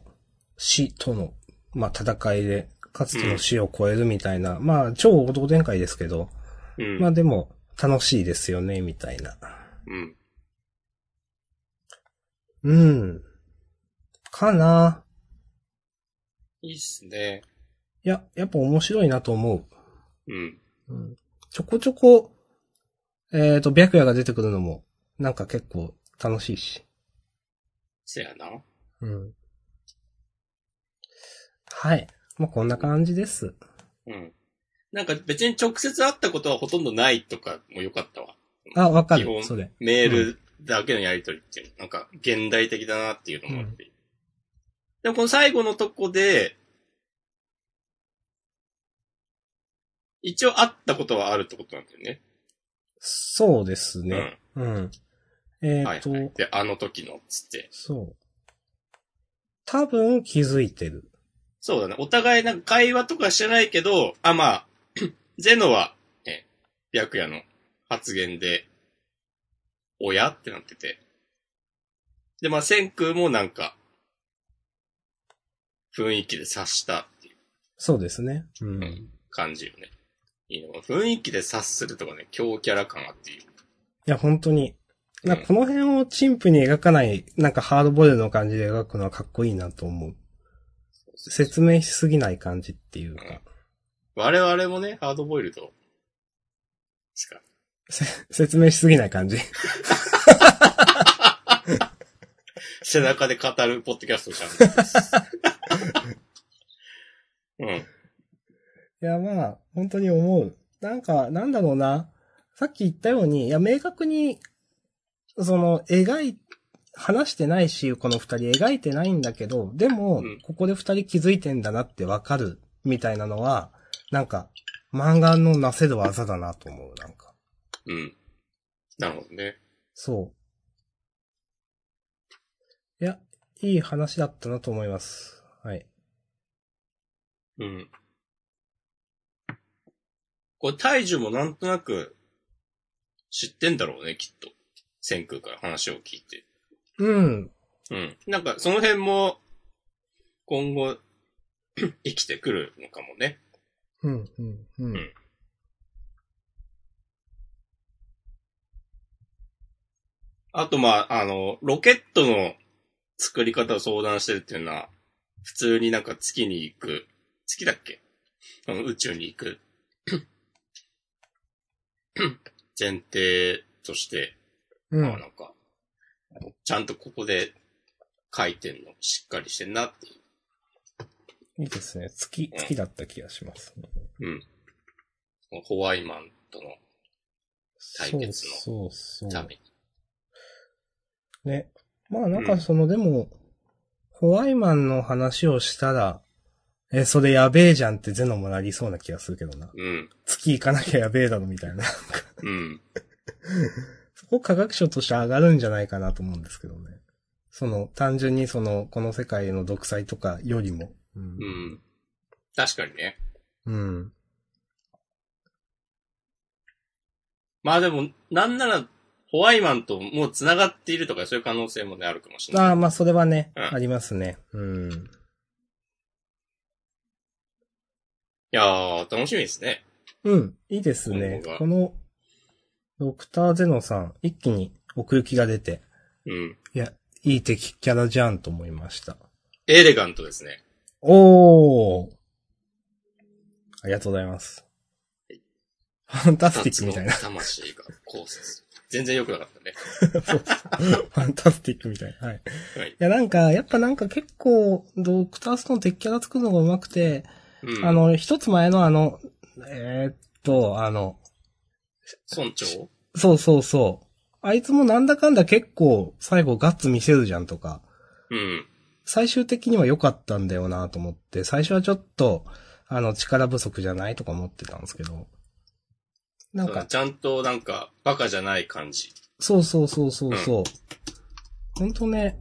[SPEAKER 2] 死との、まあ、戦いで、かつての死を超えるみたいな、まあ、超王道展開ですけど、
[SPEAKER 1] うん。
[SPEAKER 2] まあでも、楽しいですよね、みたいな。
[SPEAKER 1] うん。
[SPEAKER 2] うん。かない
[SPEAKER 1] いっすね。
[SPEAKER 2] いや、やっぱ面白いなと思う。
[SPEAKER 1] うん。
[SPEAKER 2] うんちょこちょこ、えっ、と、白夜が出てくるのも、なんか結構楽しいし。
[SPEAKER 1] せやな。
[SPEAKER 2] うん。はい。まあ、こんな感じです。
[SPEAKER 1] うん。なんか別に直接会ったことはほとんどないとかもよかったわ。
[SPEAKER 2] あ、わかる
[SPEAKER 1] 基。本
[SPEAKER 2] それ。
[SPEAKER 1] メールだけのやりとりっていうの、なんか現代的だなっていうのもあって。でもこの最後のとこで、一応会ったことはあるってことなんだよね。
[SPEAKER 2] そうです
[SPEAKER 1] う
[SPEAKER 2] ね。
[SPEAKER 1] ん。
[SPEAKER 2] うん。え
[SPEAKER 1] は
[SPEAKER 2] ーっ
[SPEAKER 1] い
[SPEAKER 2] と、
[SPEAKER 1] はい。で、あの時の、つって。
[SPEAKER 2] そう。多分気づいてる。
[SPEAKER 1] そうだね。お互いなんか会話とかしてないけど、あ、まあ、 ゼノは、ね、白夜の発言で、親ってなってて。で、まあ、千空もなんか、雰囲気で察したっていう
[SPEAKER 2] そうですね。うん。
[SPEAKER 1] うん感じよね。いいの雰囲気で察するとかね、強キャラ感あっていう。
[SPEAKER 2] いや、本当に。なん
[SPEAKER 1] うん
[SPEAKER 2] かこの辺をチンプに描かない、なんかハードボイルドの感じで描くのはかっこいいなと思う。説明しすぎない感じっていうか。
[SPEAKER 1] 我々もね、ハードボイルド、しか、
[SPEAKER 2] せ説明しすぎない感じ。
[SPEAKER 1] 背中で語るポッドキャストじゃん。うん。
[SPEAKER 2] いや、まあ、本当に思う。なんか、なんだろうな。さっき言ったように、いや、明確に、その、描い、話してないし、この二人描いてないんだけど、でも
[SPEAKER 1] うん、
[SPEAKER 2] ここで二人気づいてんだなってわかる、みたいなのは、なんか、漫画のなせる技だなと思う、なんか。
[SPEAKER 1] うん。なるほどね。
[SPEAKER 2] そう。いや、いい話だったなと思います。はい。
[SPEAKER 1] うん。これ、大樹もなんとなく、知ってんだろうね、きっと。千空から話を聞いて。
[SPEAKER 2] うん。
[SPEAKER 1] うん。なんか、その辺も、今後、 生きてくるのかもね。
[SPEAKER 2] うん、うん、うんん。
[SPEAKER 1] あと、まあ、あの、ロケットの作り方を相談してるっていうのは、普通になんか月に行く、月だっけあの宇宙に行く、前提として、
[SPEAKER 2] う
[SPEAKER 1] まあ
[SPEAKER 2] ん。
[SPEAKER 1] なんか、ちゃんとここで書いてんの、しっかりしてんなってい
[SPEAKER 2] いいですね。月、月だった気がします、ね。
[SPEAKER 1] う。うん。このホワイマンとの対決の
[SPEAKER 2] そうそうそ
[SPEAKER 1] た
[SPEAKER 2] う。
[SPEAKER 1] めに。
[SPEAKER 2] ね。まあなん
[SPEAKER 1] う
[SPEAKER 2] か
[SPEAKER 1] ん
[SPEAKER 2] その、でも、ホワイマンの話をしたら、え、それやべえじゃんってゼノもなりそうな気がするけどな。
[SPEAKER 1] うん。
[SPEAKER 2] 月行かなきゃやべえだろみたいな。
[SPEAKER 1] うん。
[SPEAKER 2] そこ科学賞として上がるんじゃないかなと思うんですけどね。その、単純にその、この世界への独裁とかよりも。う。
[SPEAKER 1] うんん。確かにね。
[SPEAKER 2] うん。
[SPEAKER 1] まあでも、なんなら、ホワイマンともう繋がっているとか、そういう可能性もね、あるかもしれない。
[SPEAKER 2] ああ、まあそれはね、
[SPEAKER 1] うん
[SPEAKER 2] ありますね。うん。
[SPEAKER 1] いやー、楽しみですね。
[SPEAKER 2] うん、いいですね
[SPEAKER 1] 今後。が
[SPEAKER 2] この、ドクターゼノさん、一気に奥行きが出て、
[SPEAKER 1] うん。
[SPEAKER 2] いや、いい敵キャラじゃんと思いました。
[SPEAKER 1] エレガントですね。
[SPEAKER 2] おーありがとうございます。ファンタスティックみたいな。
[SPEAKER 1] 二つの魂が交差する。全然良くなかったね。
[SPEAKER 2] そう ファンタスティックみたいな。はい。い
[SPEAKER 1] はい。
[SPEAKER 2] や、なんか、やっぱなんか結構、ドクターストーン敵キャラ作るのが上手くて、
[SPEAKER 1] うん。
[SPEAKER 2] あ、の、一つ前のあの、えーっと、あの、
[SPEAKER 1] 村長
[SPEAKER 2] そうそうそう。あいつもなんだかんだ結構最後ガッツ見せるじゃんとか、
[SPEAKER 1] うん。
[SPEAKER 2] 最終的には良かったんだよなと思って、最初はちょっと、あの、力不足じゃないとか思ってたんですけど。なん
[SPEAKER 1] そう
[SPEAKER 2] か
[SPEAKER 1] だ、ちゃんとなんか、バカじゃない感じ。
[SPEAKER 2] そうそうそうそうそう。ほんとね、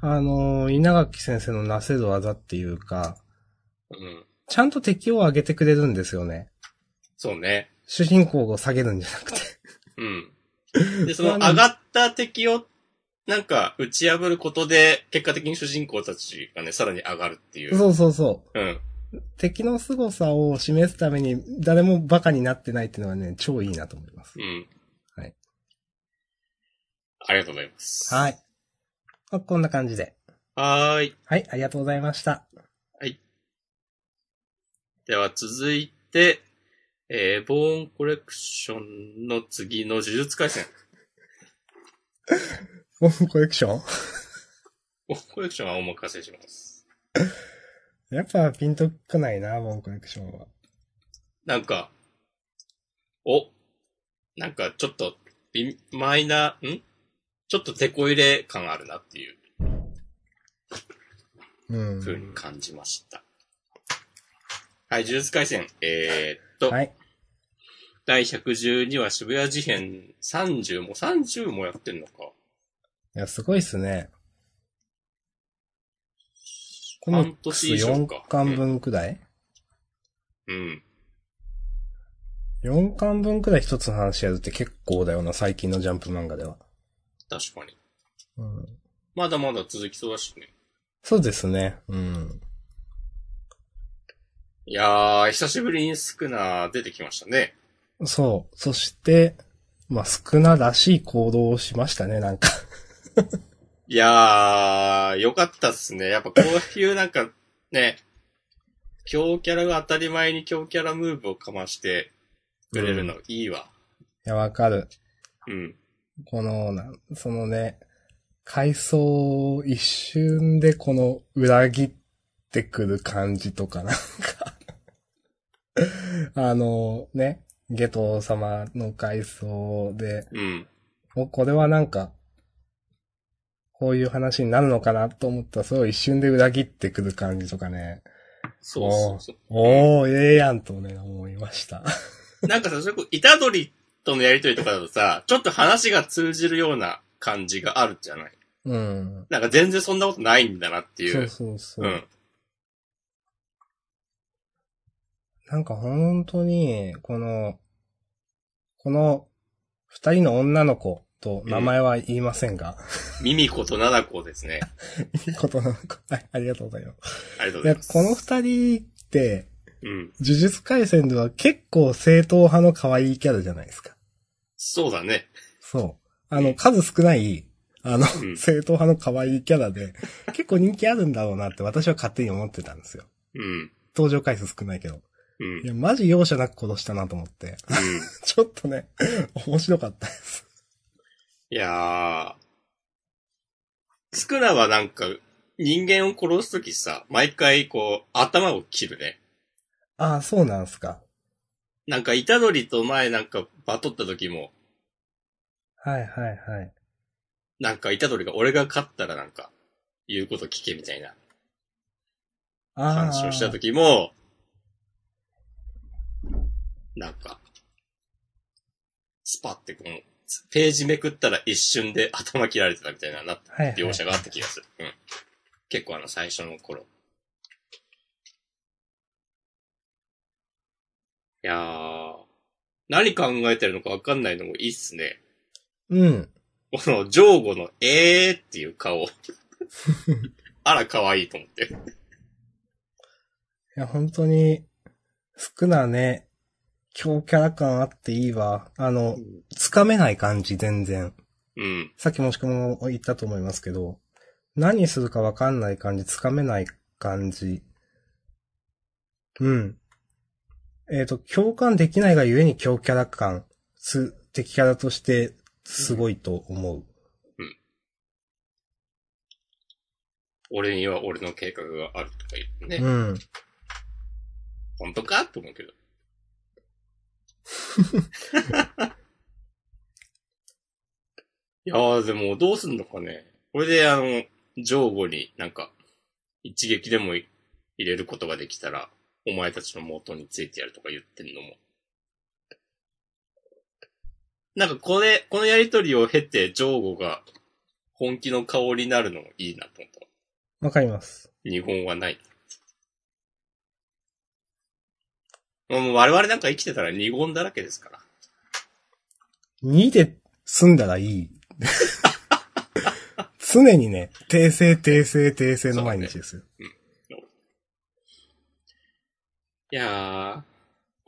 [SPEAKER 2] あのー稲垣先生のなせる技っていうか、
[SPEAKER 1] うん。
[SPEAKER 2] ちゃんと敵を上げてくれるんですよね。
[SPEAKER 1] そうね。
[SPEAKER 2] 主人公を下げるんじゃなくて。
[SPEAKER 1] うん。で、その上がった敵を、なんか、打ち破ることで、結果的に主人公たちがね、さらに上がるっていう。
[SPEAKER 2] そうそうそう。
[SPEAKER 1] うん。
[SPEAKER 2] 敵の凄さを示すために誰もバカになってないっていうのはね、超いいなと思います
[SPEAKER 1] う。ん。
[SPEAKER 2] はい。
[SPEAKER 1] ありがとうございます。
[SPEAKER 2] はい。まあこんな感じで。
[SPEAKER 1] はーい。
[SPEAKER 2] はい、ありがとうございました。
[SPEAKER 1] では続いて、えー、ボーンコレクションの次の呪術回戦。
[SPEAKER 2] ボーンコレクション
[SPEAKER 1] ボーンコレクションはお任せします。
[SPEAKER 2] やっぱピンとこないな、ボーンコレクションは。
[SPEAKER 1] なんか、お、なんかちょっと、微マイナー、んちょっと手こ入れ感あるなっていう
[SPEAKER 2] う
[SPEAKER 1] 風に
[SPEAKER 2] ん。
[SPEAKER 1] 感じました。はい、呪術回戦。えー、っと、
[SPEAKER 2] はい。
[SPEAKER 1] 第112話渋谷事変30も、30もやってんのか。
[SPEAKER 2] いや、すごいっすね。この
[SPEAKER 1] 半年以上か
[SPEAKER 2] 4巻分くらい、
[SPEAKER 1] うん。
[SPEAKER 2] ?4 巻分くらい一つの話やるって結構だよな、最近のジャンプ漫画では。
[SPEAKER 1] 確かに。
[SPEAKER 2] うん。
[SPEAKER 1] まだまだ続きそうだしね。
[SPEAKER 2] そうですね。うん。
[SPEAKER 1] いやー、久しぶりにスクナー出てきましたね。
[SPEAKER 2] そう。そして、まあ、少ならしい行動をしましたね、なんか。
[SPEAKER 1] いやー、よかったっすね。やっぱこういうなんか、ね、強キャラが当たり前に強キャラムーブをかましてくれるのいいわ。
[SPEAKER 2] や、わかる。
[SPEAKER 1] うん。
[SPEAKER 2] この、なんそのね、回想一瞬でこの裏切ってくる感じとかなんか、あのね、下等様の回想で、
[SPEAKER 1] うん。
[SPEAKER 2] お、これはなんか、こういう話になるのかなと思ったら、それを一瞬で裏切ってくる感じとかね。
[SPEAKER 1] そうそうそう。
[SPEAKER 2] おー、ええやんとね、思いました。
[SPEAKER 1] なんかさ、それこそ、イタドリとのやりとりとかだとさ、ちょっと話が通じるような感じがあるじゃない
[SPEAKER 2] うん。
[SPEAKER 1] なんか全然そんなことないんだなっていう。
[SPEAKER 2] そうそうそう。
[SPEAKER 1] うん。
[SPEAKER 2] なんか本当に、この、この、二人の女の子と名前は言いませんが、
[SPEAKER 1] ミミコとナナコですね。
[SPEAKER 2] いいことなのか。はい、ありがとうございま
[SPEAKER 1] ありがとうござい
[SPEAKER 2] す。いや、
[SPEAKER 1] ます。
[SPEAKER 2] この二人って、
[SPEAKER 1] うん。
[SPEAKER 2] 呪術回戦では結構正統派の可愛いキャラじゃないですか。
[SPEAKER 1] そうだね。
[SPEAKER 2] そう。あの、数少ない、あの、
[SPEAKER 1] うん
[SPEAKER 2] 正統派の可愛いキャラで、結構人気あるんだろうなって私は勝手に思ってたんですよ。
[SPEAKER 1] うん。
[SPEAKER 2] 登場回数少ないけど。
[SPEAKER 1] うん。
[SPEAKER 2] いや、マジ容赦なく殺したなと思って。
[SPEAKER 1] うん。
[SPEAKER 2] ちょっとね、面白かったです。
[SPEAKER 1] いやー。スクラはなんか、人間を殺すときさ、毎回こう、頭を切るね。
[SPEAKER 2] ああ、そうなんすか。
[SPEAKER 1] なんか、イタドリと前なんか、バトったときも、
[SPEAKER 2] はいはいはい。
[SPEAKER 1] なんか、イタドリが俺が勝ったらなんか、言うこと聞けみたいな
[SPEAKER 2] ああ。
[SPEAKER 1] 話をしたときも、なんか、スパってこの、ページめくったら一瞬で頭切られてたみたいな、な、
[SPEAKER 2] はい、はい。
[SPEAKER 1] 描写があった気がする。うん。結構あの、最初の頃。いやー、何考えてるのかわかんないのもいいっすね。
[SPEAKER 2] うん。
[SPEAKER 1] この、ジョーゴの、えーっていう 顔。あら、可愛いと思って。
[SPEAKER 2] いや、本当に、少なね、強キャラ感あっていいわ。あの、つかめない感じ、全然。
[SPEAKER 1] うん。
[SPEAKER 2] さっきもしくも言ったと思いますけど、何するかわかんない感じ、つかめない感じ。うん。えっ、と、共感できないがゆえに強キャラ感、す、敵キャラとして、すごいと思う。
[SPEAKER 1] 俺には俺の計画があるとか言ってね。
[SPEAKER 2] うん。
[SPEAKER 1] 本当かと思うけど。いやー、でも、どうすんのかね。これで、あの、ジョーゴになんか、一撃でもい入れることができたら、お前たちの元についてやるとか言ってんのも。なんか、これ、このやりとりを経て、ジョーゴが本気の顔になるのもいいなと思った。
[SPEAKER 2] わかります。
[SPEAKER 1] 日本はない。もう我々なんか生きてたら二言だらけですから。
[SPEAKER 2] 2で済んだらいい。常にね、訂正、訂正、訂正の毎日ですよ。
[SPEAKER 1] いやー。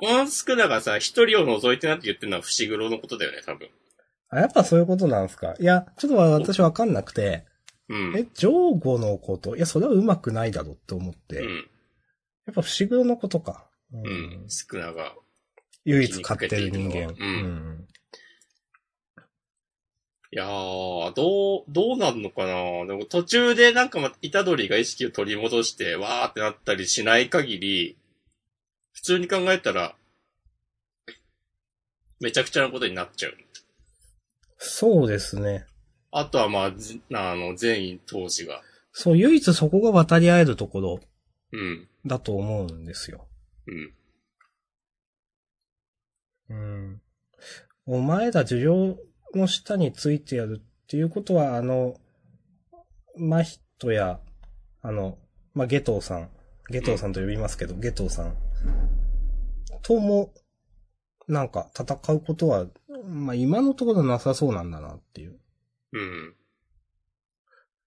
[SPEAKER 1] このスクラがさ、一人を除いてなんて言ってるのは伏黒のことだよね、多分。
[SPEAKER 2] あ、やっぱそういうことなんですかいや、ちょっと私わかんなくて、
[SPEAKER 1] うん。
[SPEAKER 2] え、ジョーゴのこと、いや、それはうまくないだろって思って、
[SPEAKER 1] う
[SPEAKER 2] や
[SPEAKER 1] ん。
[SPEAKER 2] っぱ伏黒のことか。うん
[SPEAKER 1] うん。スクラが。
[SPEAKER 2] 唯一勝ってる人
[SPEAKER 1] 気に
[SPEAKER 2] 間
[SPEAKER 1] かけ。ているのいやー、どう、どうなんのかなでも途中でなんかま、イタドリが意識を取り戻して、わーってなったりしない限り、普通に考えたら、めちゃくちゃなことになっちゃう。
[SPEAKER 2] そうですね。
[SPEAKER 1] あとはまあ、ずあの、全員当時が。
[SPEAKER 2] そう、唯一そこが渡り合えるところ
[SPEAKER 1] うん。
[SPEAKER 2] だと思うんですよ。
[SPEAKER 1] うん。
[SPEAKER 2] うん。お前ら受領の下についてやるっていうことは、あの、マヒトや、あの、まあ、ゲトウさん、ゲトウさんと呼びますけど、ゲトウさん、とも、なんか戦うことは、まあ、今のところなさそうなんだなっていう。
[SPEAKER 1] うん。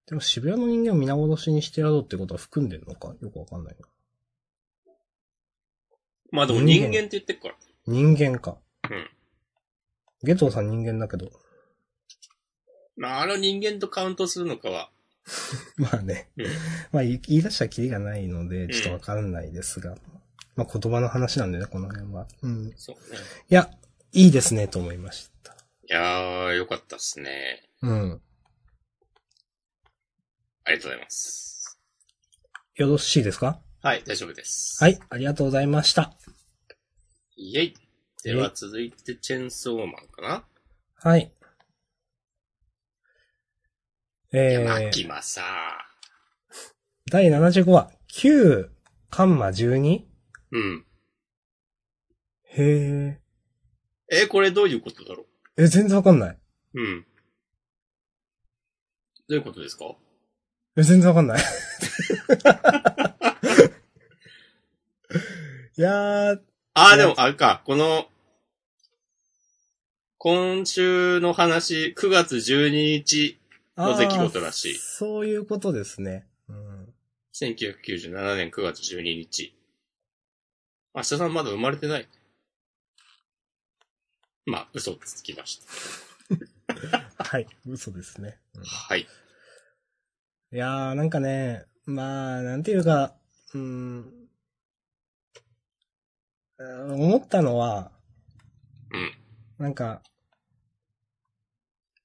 [SPEAKER 2] でも渋谷の人間を皆殺しにしてやろうってことは含んでんのかよくわかんないな。
[SPEAKER 1] まあでも人間
[SPEAKER 2] 人間
[SPEAKER 1] って言ってるから。
[SPEAKER 2] 人間か。
[SPEAKER 1] うん。
[SPEAKER 2] ゲトウさん人間だけど。
[SPEAKER 1] まあ、あの人間とカウントするのかは。
[SPEAKER 2] まあね
[SPEAKER 1] うん。
[SPEAKER 2] まあ言い言い出したらキリがないので、
[SPEAKER 1] ん
[SPEAKER 2] ちょっとわかんないですが。まあ言葉の話なんでね、この辺は。うん。い
[SPEAKER 1] そうね。
[SPEAKER 2] や、いいですね、と思いました。
[SPEAKER 1] いやー、よかったっすね。
[SPEAKER 2] うん。
[SPEAKER 1] ありがとうございます。
[SPEAKER 2] よろしいですか
[SPEAKER 1] はい、大丈夫です。
[SPEAKER 2] はい、ありがとうございました。
[SPEAKER 1] イェイでは続いて、チェーンソーマンかな、
[SPEAKER 2] はい。え
[SPEAKER 1] 山
[SPEAKER 2] ー、
[SPEAKER 1] 木マサ
[SPEAKER 2] 第75話、9、カンマ 12?
[SPEAKER 1] うん。
[SPEAKER 2] へー
[SPEAKER 1] えーこれどういうことだろ
[SPEAKER 2] え、全然わかんない。
[SPEAKER 1] ううん。どういうことですか
[SPEAKER 2] え、全然わか んない。 いやー、
[SPEAKER 1] ああ、
[SPEAKER 2] い
[SPEAKER 1] で
[SPEAKER 2] や
[SPEAKER 1] も、あれか、この、今週の話、9月12日、
[SPEAKER 2] あー
[SPEAKER 1] の出来事らしい
[SPEAKER 2] そういうことですね。うん。
[SPEAKER 1] 1997年9月12日。明日さんまだ生まれてない。まあ、嘘つきました。
[SPEAKER 2] はい、嘘ですね。うん
[SPEAKER 1] はい。
[SPEAKER 2] いやー、なんかね、まあ、なんていうか、うーん、あー思ったのは、
[SPEAKER 1] うん
[SPEAKER 2] なんか、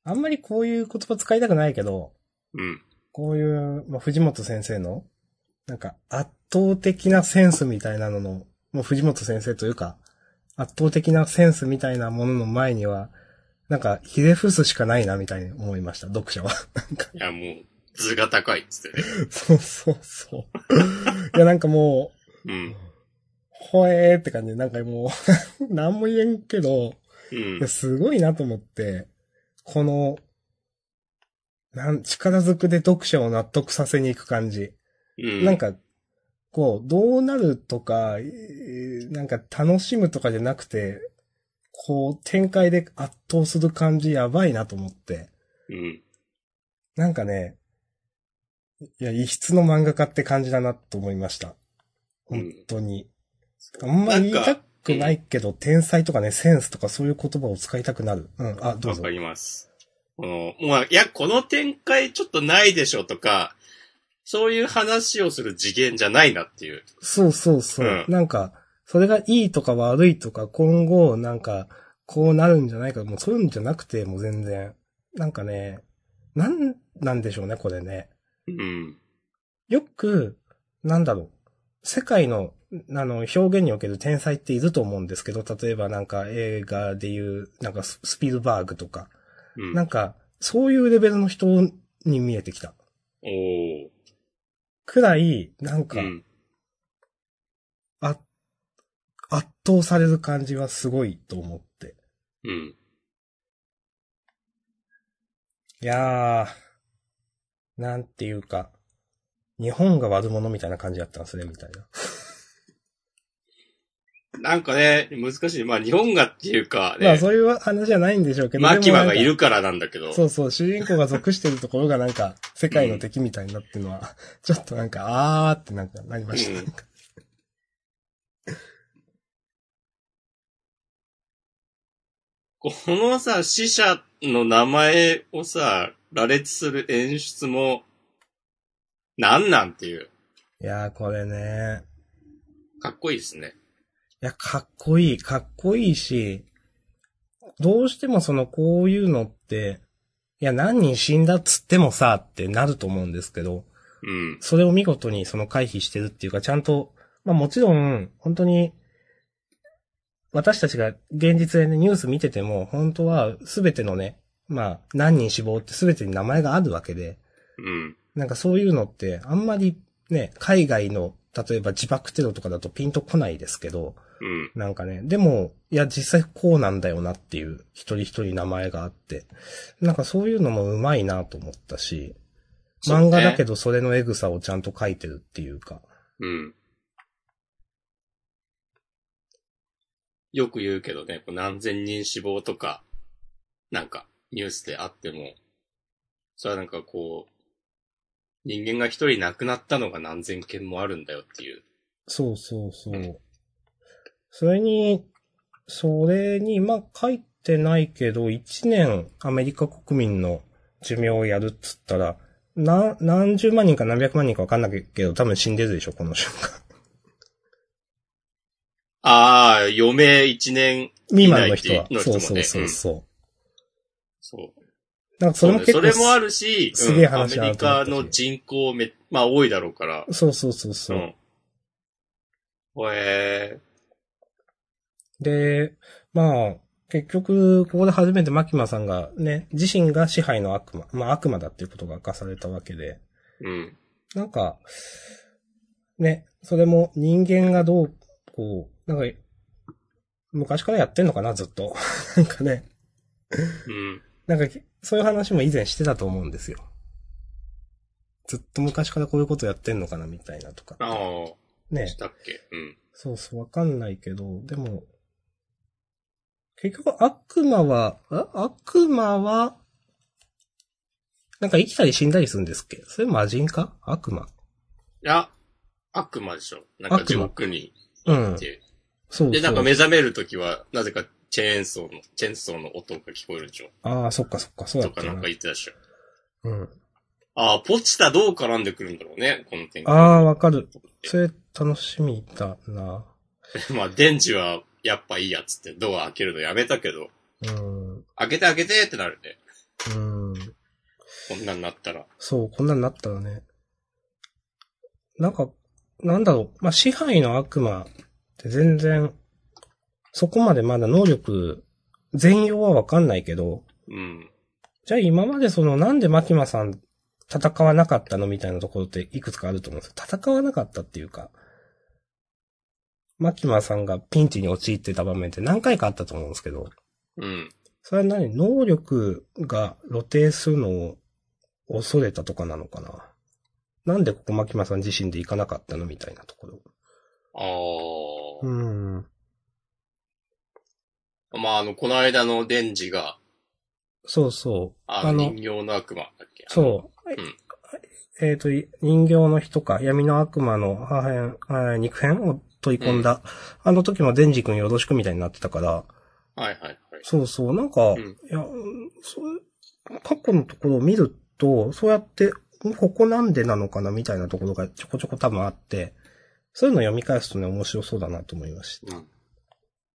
[SPEAKER 2] あんまりこういう言葉使いたくないけど、
[SPEAKER 1] うん。
[SPEAKER 2] こういう、まあ、藤本先生の、なんか、圧倒的なセンスみたいなのの、もう藤本先生というか、圧倒的なセンスみたいなものの前には、なんか、ひれ伏すしかないな、みたいに思いました、読者は。
[SPEAKER 1] いや、もう、図が高いっつってね。
[SPEAKER 2] そうそうそう。いや、なんかも
[SPEAKER 1] う
[SPEAKER 2] う、
[SPEAKER 1] ん。
[SPEAKER 2] ほえーって感じで、なんかもう、 なんも言えんけど、
[SPEAKER 1] うん
[SPEAKER 2] いや。すごいなと思って、この、なん、力ずくで読者を納得させに行く感じ。
[SPEAKER 1] うん。
[SPEAKER 2] なんか、こう、どうなるとか、えーなんか楽しむとかじゃなくて、こう、展開で圧倒する感じやばいなと思って。
[SPEAKER 1] うん。
[SPEAKER 2] なんかね、いや、異質の漫画家って感じだなと思いました。
[SPEAKER 1] うん
[SPEAKER 2] 本当に。あんまり言いたくないけど、天才とかね、センスとかそういう言葉を使いたくなる。うん、あ、どう
[SPEAKER 1] わ
[SPEAKER 2] ぞ
[SPEAKER 1] か。ります。この、まあ、いや、この展開ちょっとないでしょとか、そういう話をする次元じゃないなっていう。
[SPEAKER 2] そうそうそう。
[SPEAKER 1] うん
[SPEAKER 2] なんか、それがいいとか悪いとか、今後、なんか、こうなるんじゃないか、もうそういうんじゃなくて、もう全然。なんかね、なん、なんでしょうね、これね。
[SPEAKER 1] うん。
[SPEAKER 2] よく、なんだろう。世界の、あの、表現における天才っていると思うんですけど、例えばなんか映画でいう、なんかススピルバーグとか、
[SPEAKER 1] うん。
[SPEAKER 2] なんか、そういうレベルの人に見えてきた。
[SPEAKER 1] おー。
[SPEAKER 2] くらい、なん
[SPEAKER 1] う
[SPEAKER 2] か、
[SPEAKER 1] ん。
[SPEAKER 2] あ、圧倒される感じはすごいと思って。
[SPEAKER 1] うん。
[SPEAKER 2] いやー、なんていうか、日本が悪者みたいな感じだったんですね、みたいな。
[SPEAKER 1] なんかね、難しい。まあ、日本がっていうか、ね、
[SPEAKER 2] まあそういう話じゃないんでしょうけど。
[SPEAKER 1] マキマがい
[SPEAKER 2] でもなん
[SPEAKER 1] るからなんだけど。
[SPEAKER 2] か。そうそう、主人公が属してるところがなんか、世界の敵みたいになってるの は、ちょっとなんか、あーってなんかなりました。
[SPEAKER 1] うん このさ、死者の名前をさ、羅列する演出も、なんなんっていう。
[SPEAKER 2] いやー、これね。
[SPEAKER 1] かっこいいですね。
[SPEAKER 2] いや、かっこいい、かっこいいし、どうしてもその、こういうのって、いや、何人死んだっつってもさ、ってなると思うんですけど、
[SPEAKER 1] うん。
[SPEAKER 2] それを見事にその回避してるっていうか、ちゃんと、まあもちろん、本当に、私たちが現実で、ね、ニュース見てても、本当は全てのね、まあ何人死亡って全てに名前があるわけで、
[SPEAKER 1] うん。
[SPEAKER 2] なんかそういうのってあんまりね、海外の、例えば自爆テロとかだとピンとこないですけど、
[SPEAKER 1] うん。
[SPEAKER 2] なんかね、でも、いや実際こうなんだよなっていう、一人一人名前があって、なんかそういうのもうまいなと思ったし、漫画だけ
[SPEAKER 1] ど。
[SPEAKER 2] どそれのエグさをちゃんと書いてるっていうか。
[SPEAKER 1] うん。よく言うけどね、こう何千人死亡とか、なんか、ニュースであっても、それはなんかこう、人間が一人亡くなったのが何千件もあるんだよっていう。
[SPEAKER 2] そうそうそう
[SPEAKER 1] うん。
[SPEAKER 2] それに、それに、まあ書いてないけど、1年アメリカ国民の寿命をやるっつったら、な、何十万人か何百万人かわかんないけど、多分死んでるでしょ、この瞬間。
[SPEAKER 1] ああ、余命1年
[SPEAKER 2] 未満の人は。
[SPEAKER 1] いない人も
[SPEAKER 2] そう
[SPEAKER 1] ね
[SPEAKER 2] そうそうそう。
[SPEAKER 1] そう。
[SPEAKER 2] なんかそれも結
[SPEAKER 1] そ
[SPEAKER 2] 構、
[SPEAKER 1] うねそれもあるし、
[SPEAKER 2] すげえ
[SPEAKER 1] うん
[SPEAKER 2] 話
[SPEAKER 1] ア
[SPEAKER 2] だ
[SPEAKER 1] メ
[SPEAKER 2] な
[SPEAKER 1] リ
[SPEAKER 2] と思
[SPEAKER 1] カ
[SPEAKER 2] ったし
[SPEAKER 1] の人口め、まあ多いだろうから。
[SPEAKER 2] そうそうそうそう。
[SPEAKER 1] ん。え
[SPEAKER 2] で、まあ、結局、ここで初めてマキマさんがね、自身が支配の悪魔、まあ悪魔だっていうことが明かされたわけで、
[SPEAKER 1] ー、うん。
[SPEAKER 2] なんか、ね、それも人間がどう、こう、なんか、昔からやってんのかな、ずっと。 なんかね、
[SPEAKER 1] うん。
[SPEAKER 2] なんか、そういう話も以前してたと思うんですよ。ずっと昔からこういうことやってんのかな、みたいなとか。
[SPEAKER 1] ああ、
[SPEAKER 2] ね
[SPEAKER 1] し。たっけうん。
[SPEAKER 2] そうそう、わかんないけど、でも、結局悪魔は、あ悪魔は、なんか生きたり死んだりするんですっけそれ魔人か悪魔
[SPEAKER 1] いや、悪魔でしょ。なんか
[SPEAKER 2] 悪魔
[SPEAKER 1] 地獄に
[SPEAKER 2] うん。
[SPEAKER 1] いて。
[SPEAKER 2] そう
[SPEAKER 1] で、
[SPEAKER 2] そ
[SPEAKER 1] なんか
[SPEAKER 2] う。
[SPEAKER 1] 目覚めるときは、なぜかチェーンソーの、チェーンソーの音が聞こえるでしょ。
[SPEAKER 2] ああ、そっかそっか、そうだ
[SPEAKER 1] と
[SPEAKER 2] っ
[SPEAKER 1] か
[SPEAKER 2] た
[SPEAKER 1] な
[SPEAKER 2] なん
[SPEAKER 1] か言ってたでしょ。
[SPEAKER 2] うん。
[SPEAKER 1] ああ、ポチタどう絡んでくるんだろうね、この展開。
[SPEAKER 2] ああ、わかる。それ楽しみだな。
[SPEAKER 1] まあ、電池はやっぱいいやつってドア開けるのやめたけど、
[SPEAKER 2] うん。う
[SPEAKER 1] 開けて開けてってなるね。
[SPEAKER 2] ん。
[SPEAKER 1] こんなんなったら。
[SPEAKER 2] そう、こんなになったらね。なんか、なんだろう。まあ、支配の悪魔って全然、そこまでまだ能力、全容はわかんないけど、
[SPEAKER 1] うん。
[SPEAKER 2] じゃあ今までその、なんでマキマさん戦わなかったのみたいなところっていくつかあると思うんですよ。戦わなかったっていうか、マキマさんがピンチに陥ってた場面って何回かあったと思うんですけど、
[SPEAKER 1] うん。
[SPEAKER 2] それは何能力が露呈するのを恐れたとかなのかななんでここ牧間さん自身で行かなかったのみたいなところ。
[SPEAKER 1] ああ。
[SPEAKER 2] うん。
[SPEAKER 1] まあ、あの、この間のデンジが、
[SPEAKER 2] そうそう。
[SPEAKER 1] あの、人形の悪魔だっけ
[SPEAKER 2] そう。
[SPEAKER 1] うん
[SPEAKER 2] えっ、と、い人形の人か、闇の悪魔の破片、あー肉片を取り込んだ、あの時もデンジ君よろしくみたいになってたから、
[SPEAKER 1] う。はいはいはい。
[SPEAKER 2] そうそう、なんか、
[SPEAKER 1] うん
[SPEAKER 2] いや、うんそう、過去のところを見ると、そうやって、んここなんでなのかなみたいなところがちょこちょこ多分あって、そういうのを読み返すとね、面白そうだなと思いまし
[SPEAKER 1] う
[SPEAKER 2] た。
[SPEAKER 1] ん。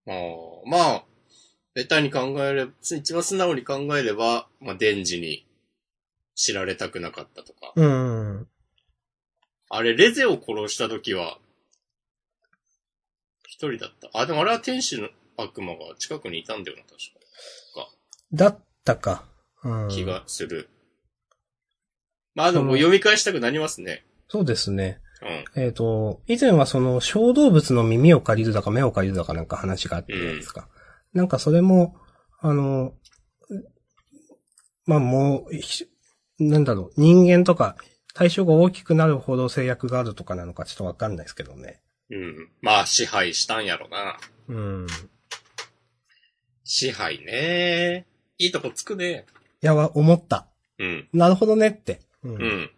[SPEAKER 1] まあ、まあ、ベタに考えれば、一番素直に考えれば、まあ、デンジに知られたくなかったとか。
[SPEAKER 2] うん。
[SPEAKER 1] あれ、レゼを殺した時は、一人だった。あ、でもあれは天使の悪魔が近くにいたんだよな、確か。
[SPEAKER 2] だったか。うん。
[SPEAKER 1] 気がする。まあ、で
[SPEAKER 2] そ
[SPEAKER 1] も
[SPEAKER 2] の
[SPEAKER 1] 読み返したくなりますね。
[SPEAKER 2] そうですね。
[SPEAKER 1] うん。
[SPEAKER 2] えっ、と、以前はその小動物の耳を借りるだか目を借りるだかなんか話があったじゃないですか。なんかそれも、あの、まあもう、ひなんだろう、人間とか対象が大きくなるほど制約があるとかなのかちょっとわかんないですけどね。
[SPEAKER 1] うん。まあ、支配したんやろな。
[SPEAKER 2] うん。い
[SPEAKER 1] 支配ね。いいとこつくね。
[SPEAKER 2] や、わ思った。
[SPEAKER 1] うん。
[SPEAKER 2] なるほどねって。うん
[SPEAKER 1] うん。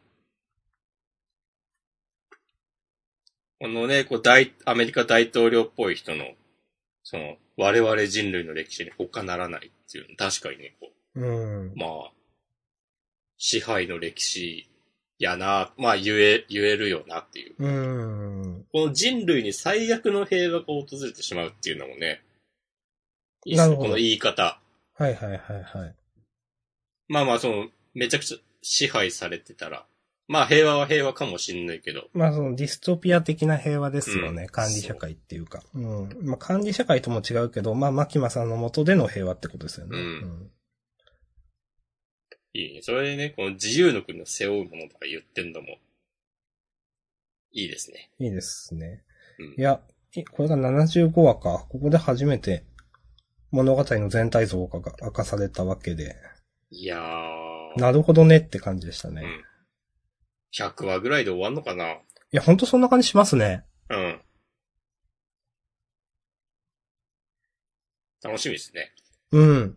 [SPEAKER 1] このね、こう大、アメリカ大統領っぽい人の、その、我々人類の歴史に他ならないっていうの、確かにね、こ
[SPEAKER 2] う
[SPEAKER 1] う、。
[SPEAKER 2] ん
[SPEAKER 1] まあ、支配の歴史やな、まあ言え、言えるよなっていう。
[SPEAKER 2] うん。
[SPEAKER 1] この人類に最悪の平和が訪れてしまうっていうのもね、いいっ
[SPEAKER 2] な
[SPEAKER 1] すね
[SPEAKER 2] るほど
[SPEAKER 1] この言い方。
[SPEAKER 2] はいはいはいはい。
[SPEAKER 1] まあまあ、その、めちゃくちゃ支配されてたら、まあ平和は平和かもしんないけど、
[SPEAKER 2] まあそのディストピア的な平和ですよね。
[SPEAKER 1] うん
[SPEAKER 2] 管理社会っていうか。うん。まあ管理社会とも違うけど、まあ牧間さんの下での平和ってことですよね。
[SPEAKER 1] うんいいね。それでね、この自由の国の背負うものとか言ってんのも、いいですね。
[SPEAKER 2] いいですね。
[SPEAKER 1] うん
[SPEAKER 2] いや、いこれが75話か。ここで初めて物語の全体像が明かされたわけで、
[SPEAKER 1] いやー。
[SPEAKER 2] なるほどねって感じでしたね。
[SPEAKER 1] う
[SPEAKER 2] い
[SPEAKER 1] ん。100話ぐらいで終わんのかな
[SPEAKER 2] や、ほんとそんな感じしますね。
[SPEAKER 1] うん。楽しみですね。
[SPEAKER 2] うん。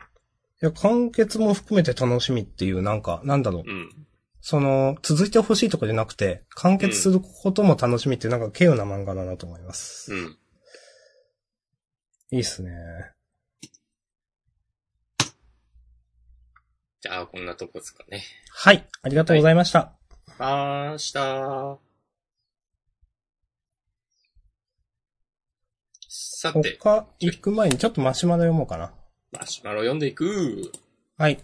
[SPEAKER 2] いや、完結も含めて楽しみっていう、なんか、なんだろう。
[SPEAKER 1] うん。
[SPEAKER 2] その、続いてほしいとかじゃなくて、完結することも楽しみっていう、なんか、軽有な漫画だなと思います。
[SPEAKER 1] うん。
[SPEAKER 2] いいっすね。
[SPEAKER 1] じゃあ、こんなとこですかね。
[SPEAKER 2] はい。ありがとうございました。
[SPEAKER 1] まーしたー。さて、
[SPEAKER 2] 他行く前にちょっとマシュマロ読もうかな。
[SPEAKER 1] マシュマロ読んでいく。
[SPEAKER 2] はい。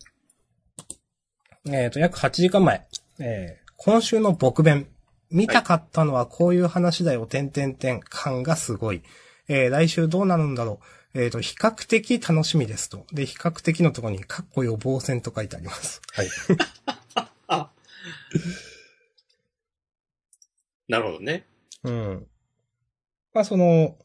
[SPEAKER 2] えっ、と、約8時間前。えー今週の僕弁。見たかったのはこういう話だよ、点点点感がすごい。えー来週どうなるんだろう。えっ、と、比較的楽しみですと。で、比較的のところに、かっこ予防線と書いてあります。はい。
[SPEAKER 1] なるほどね。
[SPEAKER 2] うん。まあ、その、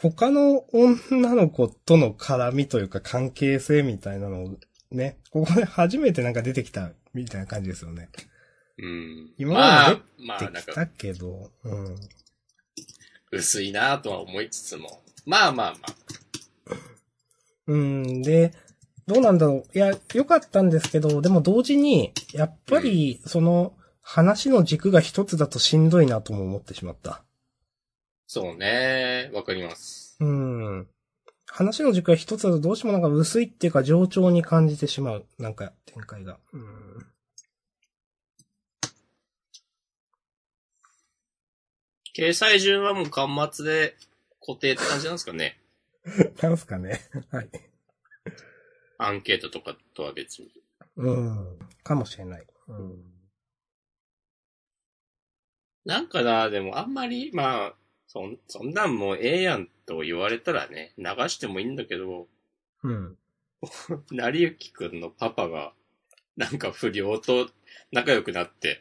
[SPEAKER 2] 他の女の子との絡みというか関係性みたいなのをね、ここで初めてなんか出てきたみたいな感じですよね。
[SPEAKER 1] うん。
[SPEAKER 2] 今まで
[SPEAKER 1] まあ、ま
[SPEAKER 2] 出
[SPEAKER 1] あ、なん
[SPEAKER 2] てき
[SPEAKER 1] か、
[SPEAKER 2] たけど、うん。
[SPEAKER 1] 薄いなとは思いつつも。まあまあまあ。
[SPEAKER 2] うん、で、どうなんだろう。いや、良かったんですけど、でも同時に、やっぱり、その、話の軸が一つだとしんどいなとも思ってしまった。
[SPEAKER 1] そうね。わかります。
[SPEAKER 2] うん。話の軸が一つだとどうしてもなんか薄いっていうか冗長に感じてしまう。なんか展開が。うん。
[SPEAKER 1] 掲載順はもう端末で固定って感じなんですかね。
[SPEAKER 2] なんすかね。はい。
[SPEAKER 1] アンケートとかとは別に。
[SPEAKER 2] うん。かもしれない。うん。
[SPEAKER 1] なんかな、でもあんまり、まあ、そん、そんなんもうええやんと言われたらね、流してもいいんだけど、
[SPEAKER 2] うん。
[SPEAKER 1] なりゆきくんのパパが、なんか不良と仲良くなって、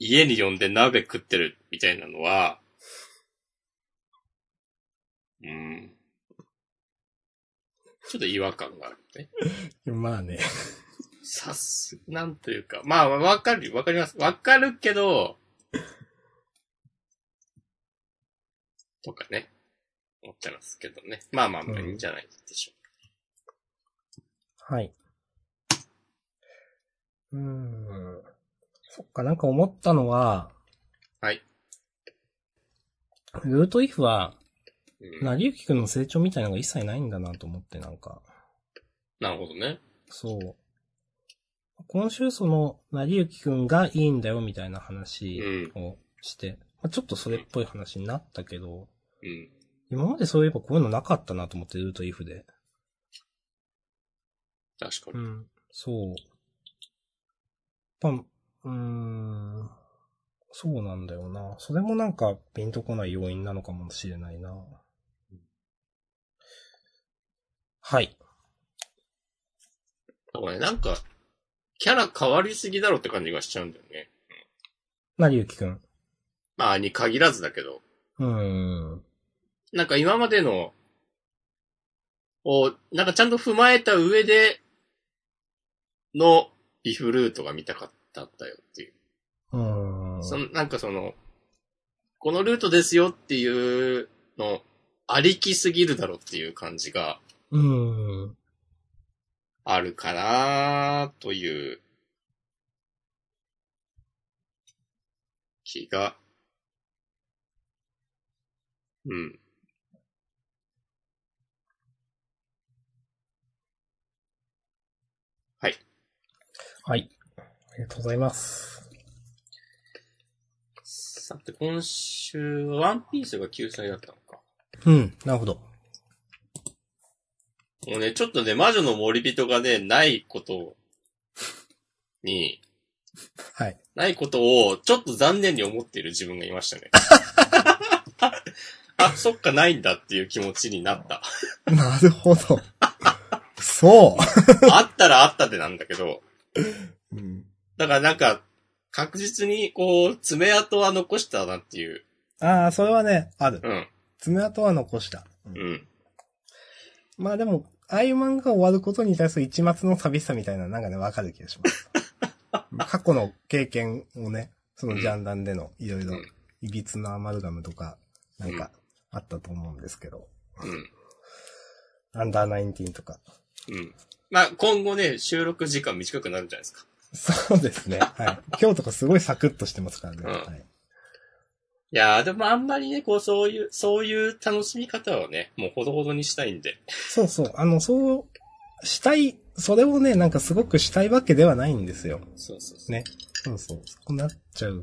[SPEAKER 1] 家に呼んで鍋食ってるみたいなのは、うん。ちょっと違和感があるね。
[SPEAKER 2] まあね。
[SPEAKER 1] さす、なんというか。まあ、わかるよ、わかります。わかるけど、とかね。思ってますけどね。まあまあまあ、
[SPEAKER 2] うん
[SPEAKER 1] いいんじゃないでしょ
[SPEAKER 2] はい。うん。そっか、なんか思ったのは、
[SPEAKER 1] はい。
[SPEAKER 2] ルートイフは、
[SPEAKER 1] うか。うん
[SPEAKER 2] なりゆきくんの成長みたいなのが一切ないんだなと思って、なんか。
[SPEAKER 1] なるほどね。
[SPEAKER 2] そう。今週その、なりゆきくんがいいんだよみたいな話
[SPEAKER 1] うん。
[SPEAKER 2] をして、まあちょっとそれっぽい話になったけど、
[SPEAKER 1] うん。
[SPEAKER 2] 今までそういえばこういうのなかったなと思って、ルートイフで。
[SPEAKER 1] 確かに。
[SPEAKER 2] ん。そう。やっぱ、うーん。そうなんだよな。それもなんか、ピンとこない要因なのかもしれないな。はい。
[SPEAKER 1] そうね、なんか、キャラ変わりすぎだろって感じがしちゃうんだよね。
[SPEAKER 2] なりゆきくん。
[SPEAKER 1] まあ、に限らずだけど。
[SPEAKER 2] うーん。
[SPEAKER 1] なんか今までの、を、なんかちゃんと踏まえた上で、の、ビフルートが見たかったんだよっていう。
[SPEAKER 2] うーん。
[SPEAKER 1] その、なんかその、このルートですよっていうの、ありきすぎるだろっていう感じが
[SPEAKER 2] うーん。
[SPEAKER 1] あるかなという、気が、うん。
[SPEAKER 2] はい。ありがとうございます。
[SPEAKER 1] さて、今週はワンピースが救済だったのか。
[SPEAKER 2] うん。なるほど。
[SPEAKER 1] もうね、ちょっとね、魔女の森人がね、ないことをに、
[SPEAKER 2] はい。
[SPEAKER 1] ないことを、ちょっと残念に思っている自分がいましたね。あ、そっか、ないんだっていう気持ちになった。
[SPEAKER 2] なるほど。そ
[SPEAKER 1] あったらあったでなんだけど、
[SPEAKER 2] う。うん、
[SPEAKER 1] だからなんか、確実に、こう、爪痕は残したなっていう。
[SPEAKER 2] ああ、それはね、ある。
[SPEAKER 1] うん、
[SPEAKER 2] 爪痕は残した。
[SPEAKER 1] うん。
[SPEAKER 2] まあでも、ああいう漫画が終わることに対する一末の寂しさみたいな、なんかね、わかる気がし ます。過去の経験をね、そのジャンダンでのいろいろ
[SPEAKER 1] うん、
[SPEAKER 2] いびつなアマルガムとか、なんか、あったと思うんですけど、
[SPEAKER 1] うん、
[SPEAKER 2] アンダーナインティーンとか。
[SPEAKER 1] うん。まあ、今後ね、収録時間短くなるんじゃないですか。
[SPEAKER 2] そうですね。はい。今日とかすごいサクッとしてますからね。
[SPEAKER 1] うん
[SPEAKER 2] はい。
[SPEAKER 1] いやー、でもあんまりね、こう、そういう、そういう楽しみ方をね、もうほどほどにしたいんで。
[SPEAKER 2] そうそう。あの、そう、したい、それをね、なんかすごくしたいわけではないんですよ。
[SPEAKER 1] そうそうそう。
[SPEAKER 2] ね。そうそう。そうなっちゃう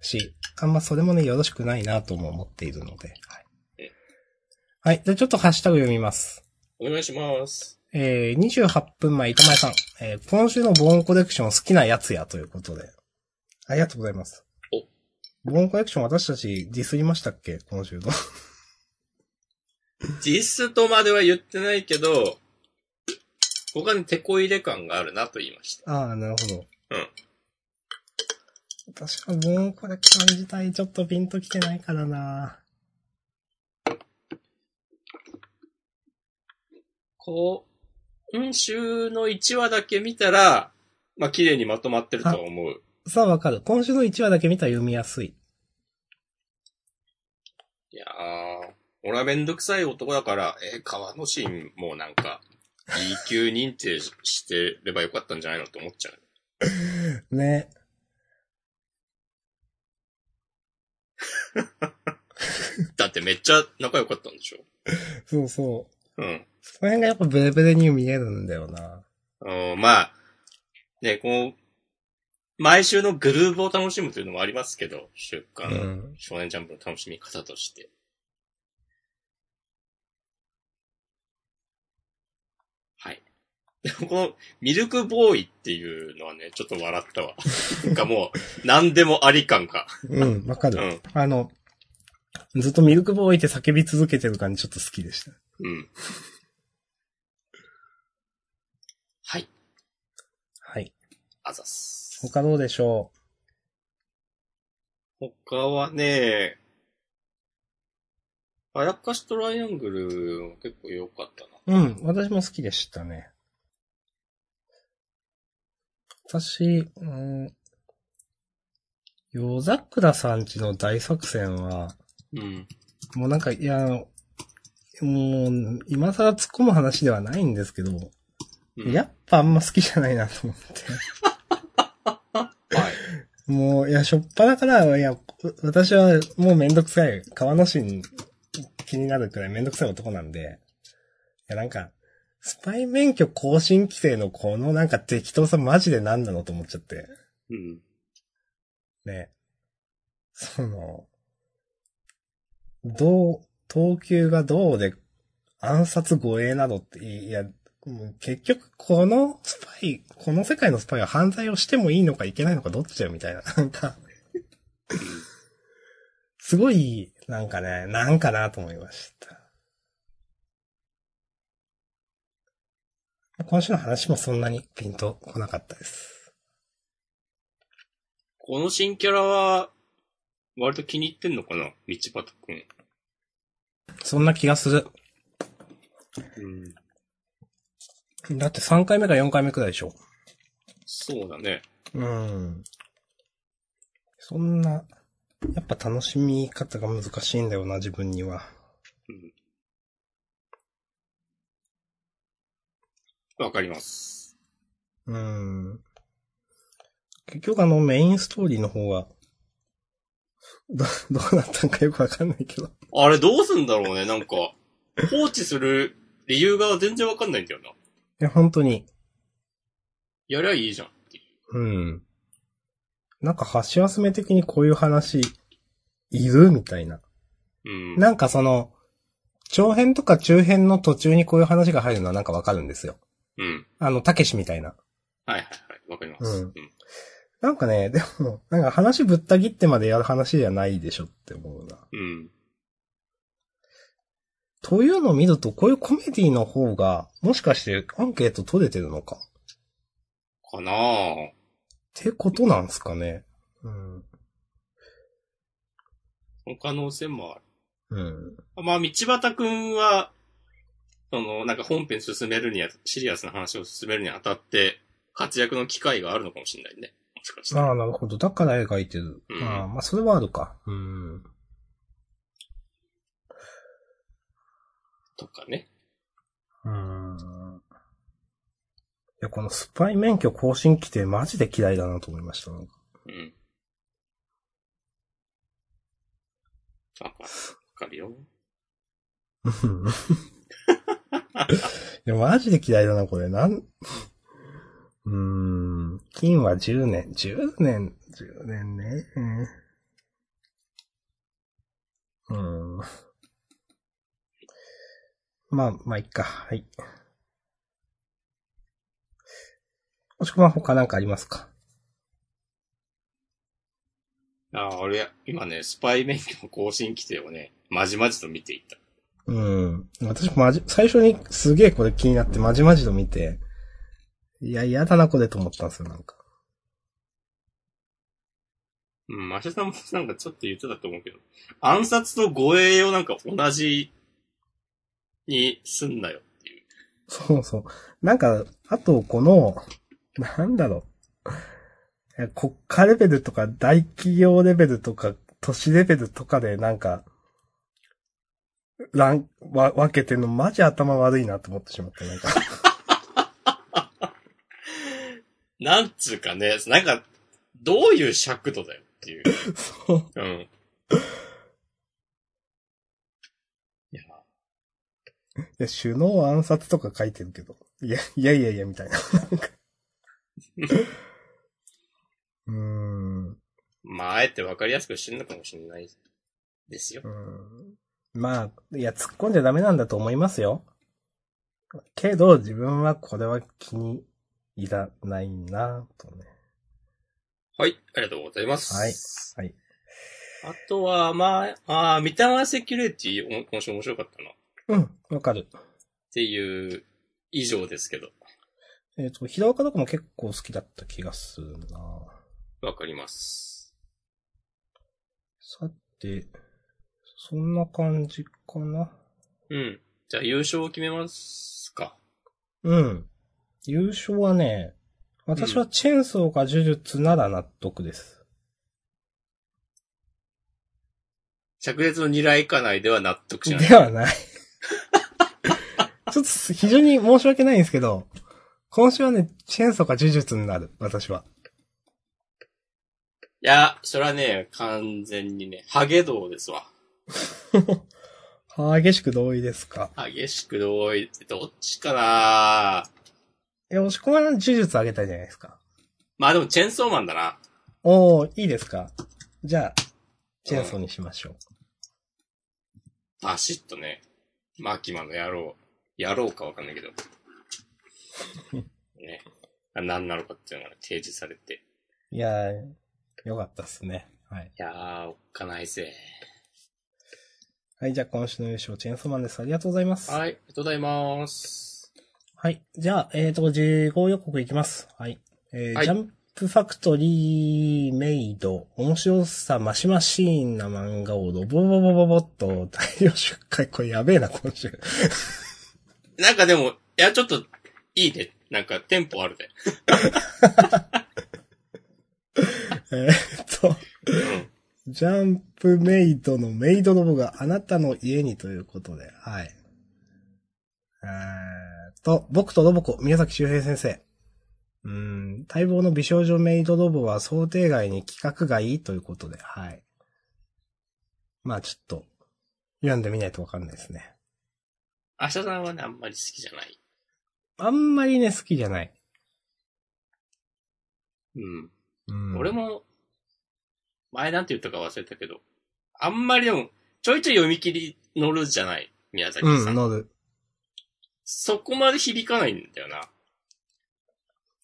[SPEAKER 2] し、あんまそれもね、よろしくないなとも思っているので。はい。はい。じゃあちょっとハッシュタグ読みます。
[SPEAKER 1] お願いします。
[SPEAKER 2] えー、28分前、板前さん。えー、今週のボーンコレクション好きなやつやということで。ありがとうございます。
[SPEAKER 1] お
[SPEAKER 2] ボーンコレクション私たちディスりましたっけ今週の。
[SPEAKER 1] 実とまでは言ってないけど、僕はね、手こ入れ感があるなと言いました。
[SPEAKER 2] ああ、なるほど。
[SPEAKER 1] うん。
[SPEAKER 2] 私はボーンコレクション自体ちょっとピンときてないからな
[SPEAKER 1] こう、今週の1話だけ見たら、まあ、綺麗にまとまってるとは思う。
[SPEAKER 2] さあわかる。今週の1話だけ見たら読みやすい。
[SPEAKER 1] いやー、俺はめんどくさい男だから、えー川のシーンもなんか、E 級認定してればよかったんじゃないのと思っちゃう。
[SPEAKER 2] ね。
[SPEAKER 1] だってめっちゃ仲良かったんでしょ
[SPEAKER 2] そうそう。
[SPEAKER 1] うん。
[SPEAKER 2] その辺がやっぱベレベレに見えるんだよな
[SPEAKER 1] うん、まあ、ね、こう、毎週のグルーブを楽しむというのもありますけど、週
[SPEAKER 2] う
[SPEAKER 1] 刊
[SPEAKER 2] ん。
[SPEAKER 1] 少年ジャンプの楽しみ方として。はい。 でもこの、ミルクボーイっていうのはね、ちょっと笑ったわ。 なんかもう、何でもあり感か。
[SPEAKER 2] うん、わか
[SPEAKER 1] う
[SPEAKER 2] る。
[SPEAKER 1] ん。
[SPEAKER 2] あの、ずっとミルクボーイって叫び続けてる感じちょっと好きでした。
[SPEAKER 1] うん。はい。
[SPEAKER 2] はい。
[SPEAKER 1] あざっす。
[SPEAKER 2] 他どうでしょ
[SPEAKER 1] 他はね、あやかしトライアングルも結構良かったな。
[SPEAKER 2] ううん、私も好きでしたね。私、うん、ヨザクラさんちの大作戦は、
[SPEAKER 1] うん。
[SPEAKER 2] もうなんか、いや、あのもう、今更突っ込む話ではないんですけど、
[SPEAKER 1] うん、
[SPEAKER 2] やっぱあんま好きじゃないなと思って。
[SPEAKER 1] はい。
[SPEAKER 2] もう、いや、しょっぱなから、いや、う私はもうめんどくさい。川野市に気になるくらいめんどくさい男なんで。いや、なんか、スパイ免許更新規制のこのなんか適当さマジで何なのと思っちゃって。
[SPEAKER 1] うん。
[SPEAKER 2] ね。その、どう、等級がどうで暗殺護衛などって、いや、もう結局このスパイ、この世界のスパイは犯罪をしてもいいのかいけないのかどっちよみたいな、なんか、すごい、なんかね、なんかなと思いました。今週の話もそんなにピンとこなかったです。
[SPEAKER 1] この新キャラは、割と気に入ってんのかな道端くん。
[SPEAKER 2] そんな気がする。
[SPEAKER 1] うん。
[SPEAKER 2] だって3回目か4回目くらいでしょ。
[SPEAKER 1] そうだね。
[SPEAKER 2] うん。そんな、やっぱ楽しみ方が難しいんだよな、自分には。
[SPEAKER 1] わかります。
[SPEAKER 2] うん。結局あのメインストーリーの方は、ど、 どうなったんかよくわかんないけど。
[SPEAKER 1] あれどうすんだろうねなんか、放置する理由が全然わかんないんだよな。
[SPEAKER 2] いや、本当に。
[SPEAKER 1] やりゃいいじゃんっていう。
[SPEAKER 2] うん。なんか橋休め的にこういう話、いるみたいな。
[SPEAKER 1] うん。
[SPEAKER 2] なんかその、長編とか中編の途中にこういう話が入るのはなんかわかるんですよ。
[SPEAKER 1] うん。
[SPEAKER 2] あの、たけしみたい
[SPEAKER 1] は
[SPEAKER 2] な。
[SPEAKER 1] いはいはい。わかります。
[SPEAKER 2] うんなんかね、 でも、なんか話ぶった切ってまでやる話じゃないでしょって思うな。
[SPEAKER 1] うん。
[SPEAKER 2] というのを見ると、こういうコメディの方が、もしかしてアンケート取れてるのか。っ
[SPEAKER 1] かなぁ。
[SPEAKER 2] てことなんすかね。うん。
[SPEAKER 1] その可能性もある。
[SPEAKER 2] うん。
[SPEAKER 1] まあ、道端くんは、その、なんか本編進めるにあ、シリアスな話を進めるにあたって、活躍の機会があるのかもしれないね。もしかした
[SPEAKER 2] あ
[SPEAKER 1] ら。
[SPEAKER 2] あ、なるほど。だから描いてる。
[SPEAKER 1] うん
[SPEAKER 2] ああまあ、それはあるか。うん。
[SPEAKER 1] とかね。
[SPEAKER 2] うん。いや、このスパイ免許更新規定マジで嫌いだなと思いました。なんか
[SPEAKER 1] うん。わかる。わかるよ。
[SPEAKER 2] うん いや、マジで嫌いだな、これ。なん、うーん。金は10年。10年、10年ね。うんうん。まあ、まあ、いっか。はい。もしくは他なんかありますか
[SPEAKER 1] ああ、俺や、今ね、スパイ免許の更新規定をね、まじまじと見ていった。
[SPEAKER 2] うん。私まじ、最初にすげえこれ気になってまじまじと見て、いや、嫌だなこれと思ったんですよ、なんか。
[SPEAKER 1] うん、マシさんもなんかちょっと言ってたと思うけど、暗殺と護衛をなんか同じにすんなよっていう。
[SPEAKER 2] そうそう。なんか、あと、この、なんだろう。いや国家レベルとか、大企業レベルとか、都市レベルとかで、なんか、ラン、わ、分けてんの、マジ頭悪いなと思ってしまった。なんか、
[SPEAKER 1] なんつうかね、なんか、どういう尺度だよっていう。
[SPEAKER 2] そう。
[SPEAKER 1] うん。いや、
[SPEAKER 2] いや、首脳暗殺とか書いてるけど。いや、いやいやいや、みたいな。なんかうーん。う
[SPEAKER 1] まあ、あえて分かりやすくしてんのかもしれないですよ
[SPEAKER 2] ー。ん。まあ、いや、突っ込んじゃダメなんだと思いますよ。けど、自分はこれは気に入らないなぁとね。
[SPEAKER 1] はい、ありがとうございます。
[SPEAKER 2] はいはい。
[SPEAKER 1] あとは、まあ、あー見た目セキュリティ、お今週面白かったな。っ
[SPEAKER 2] うん、わかる。
[SPEAKER 1] ていう、以上ですけど。
[SPEAKER 2] えっ、と、平岡とかも結構好きだった気がするなぁ
[SPEAKER 1] わかります。
[SPEAKER 2] さて、そんな感じかな。
[SPEAKER 1] うん。じゃあ優勝を決めますか。
[SPEAKER 2] うん。優勝はね、私はチェーンソーか呪術なら納得です。
[SPEAKER 1] 灼熱の二来以下内では納得 しない。
[SPEAKER 2] ではない。ちょっと非常に申し訳ないんですけど、今週はね、チェーンソーか呪術になる、私は。
[SPEAKER 1] いや、それはね、完全にね、ハゲ道ですわ。
[SPEAKER 2] 激しく同意ですか。
[SPEAKER 1] 激しく同意。どっちかな
[SPEAKER 2] え、押し込まない呪術あげたいじゃないですか。
[SPEAKER 1] まあでも、チェンソーマンだな。
[SPEAKER 2] おー、いいですか。じゃあ、チェーンソーにしましょう。
[SPEAKER 1] バシッとね、マキマの野郎、野郎かわかんない けど。ね。あ何なのかっていうのがね提示されて。
[SPEAKER 2] いやー、よかったっすね。はい。
[SPEAKER 1] いやー、おっかないぜ。
[SPEAKER 2] はい、じゃあ今週の優勝、チェーンソーマンです。ありがとうございます。
[SPEAKER 1] はい、ありがとうございます。
[SPEAKER 2] はい。じゃあ、えっ、ー、と、事後予告いきます。はい。えー
[SPEAKER 1] はい
[SPEAKER 2] ジャンプファクトリーメイド、面白さマシマシーンな漫画をロボボボボボっと大量出荷。これやべえな、今週。
[SPEAKER 1] なんかでも、いや、ちょっと、いいね。なんか、テンポあるで。
[SPEAKER 2] えーっと、
[SPEAKER 1] うん。
[SPEAKER 2] ジャンプメイドのメイドロボがあなたの家にということで、はい。えー、と、僕とロボコ、宮崎周平先生。うーん、待望の美少女メイドロボは想定外に規格外ということで、はい。まあちょっと、読んでみないとわかんないですね。
[SPEAKER 1] 明日さんはね、あんまり好きじゃない。
[SPEAKER 2] あんまりね、好きじゃない。
[SPEAKER 1] うん。
[SPEAKER 2] うん、
[SPEAKER 1] 俺。も、前なんて言ったか忘れたけど、あんまりでも、ちょいちょい読み切り乗るじゃない、宮崎
[SPEAKER 2] う
[SPEAKER 1] さ
[SPEAKER 2] ん、
[SPEAKER 1] ん。
[SPEAKER 2] 乗る。
[SPEAKER 1] そこまで響かないんだよな。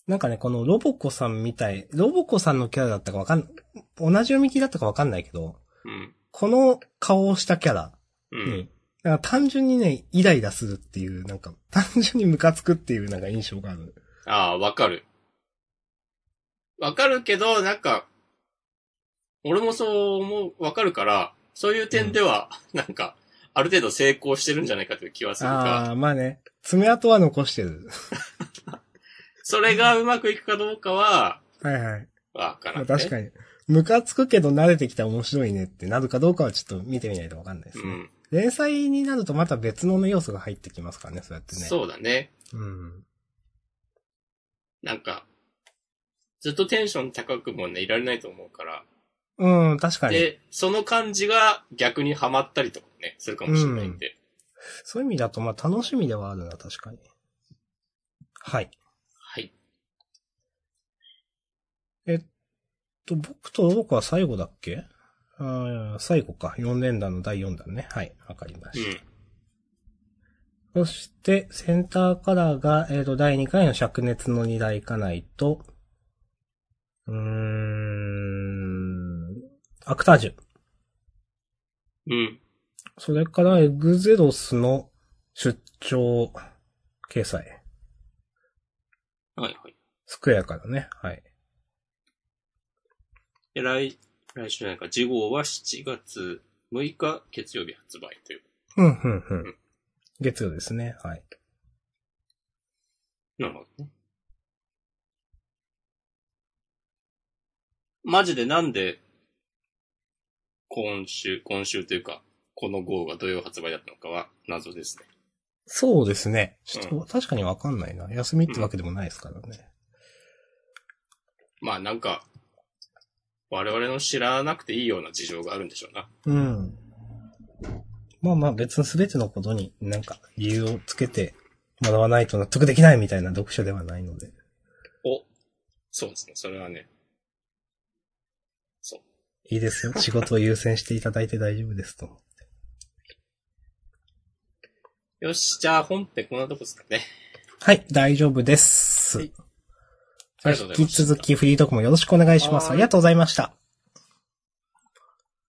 [SPEAKER 2] なんかね、このロボコさんみたい、ロボコさんのキャラだったかわかん、同じ読み切りだったかわかんないけど、
[SPEAKER 1] うん。
[SPEAKER 2] この顔をしたキャラ
[SPEAKER 1] う
[SPEAKER 2] に、
[SPEAKER 1] ん。
[SPEAKER 2] なんか単純にね、イライラするっていう、なんか、単純にムカつくっていうなんか印象がある。
[SPEAKER 1] ああ、わかる。わかるけど、なんか、俺もそう思う、わかるから、そういう点では、なんか、ある程度成功してるんじゃないかという気はする
[SPEAKER 2] あ
[SPEAKER 1] が、
[SPEAKER 2] あ、まあね、爪痕は残してる。
[SPEAKER 1] それがうまくいくかどうかは、
[SPEAKER 2] はいはい。
[SPEAKER 1] わから
[SPEAKER 2] ま
[SPEAKER 1] ん、
[SPEAKER 2] あ、
[SPEAKER 1] ね。
[SPEAKER 2] 確かに。ムカつくけど慣れてきたら面白いねってなるかどうかはちょっと見てみないとわかんないです
[SPEAKER 1] う
[SPEAKER 2] ね。
[SPEAKER 1] ん。
[SPEAKER 2] 連載になるとまた別の要素が入ってきますからね、そうやってね。
[SPEAKER 1] そうだね。
[SPEAKER 2] う。うん。
[SPEAKER 1] なんか、ずっとテンション高くもね、いられないと思うから。
[SPEAKER 2] うん、確かに。
[SPEAKER 1] で、その感じが逆にハマったりとかね、するかもしれないんで。
[SPEAKER 2] そういう意味だとまあ楽しみではあるな、確かに。はい。
[SPEAKER 1] はい。
[SPEAKER 2] と、僕とロボコは最後だっけあー最後か。4連弾の第4弾ね。はい。わかりま
[SPEAKER 1] う
[SPEAKER 2] した。
[SPEAKER 1] ん。
[SPEAKER 2] そして、センターカラーが、えっ、と、第2回の灼熱の二大家内と、うーん、アクタージュ。
[SPEAKER 1] うん。
[SPEAKER 2] それから、エグゼロスの出張掲載。
[SPEAKER 1] はいはい。
[SPEAKER 2] スクエアからね。はい。
[SPEAKER 1] で、来、来週じゃないか、次号は7月6日月曜日発売という。
[SPEAKER 2] うん、うん、うん。月曜ですね。はい。
[SPEAKER 1] なるほどね。マジでなんで、今週、今週というか、この号が土曜発売だったのかは謎ですね。
[SPEAKER 2] そうですね。ちょっと、確かにわかんないな。休みってわけでもないですからね。
[SPEAKER 1] まあなんか、我々の知らなくていいような事情があるんでしょうな。
[SPEAKER 2] うん。まあまあ別に全てのことになんか理由をつけてもらわないと納得できないみたいな読書ではないので。
[SPEAKER 1] お、そうですね。それはね、そう。
[SPEAKER 2] い いですよ。仕事を優先していただいて大丈夫ですと。
[SPEAKER 1] よし、じゃあ本編こんなとこですかね。
[SPEAKER 2] はい、大丈夫です。
[SPEAKER 1] はい
[SPEAKER 2] 引き続きフリートークもよろしくお願いします。
[SPEAKER 1] はい
[SPEAKER 2] ありがとうございました。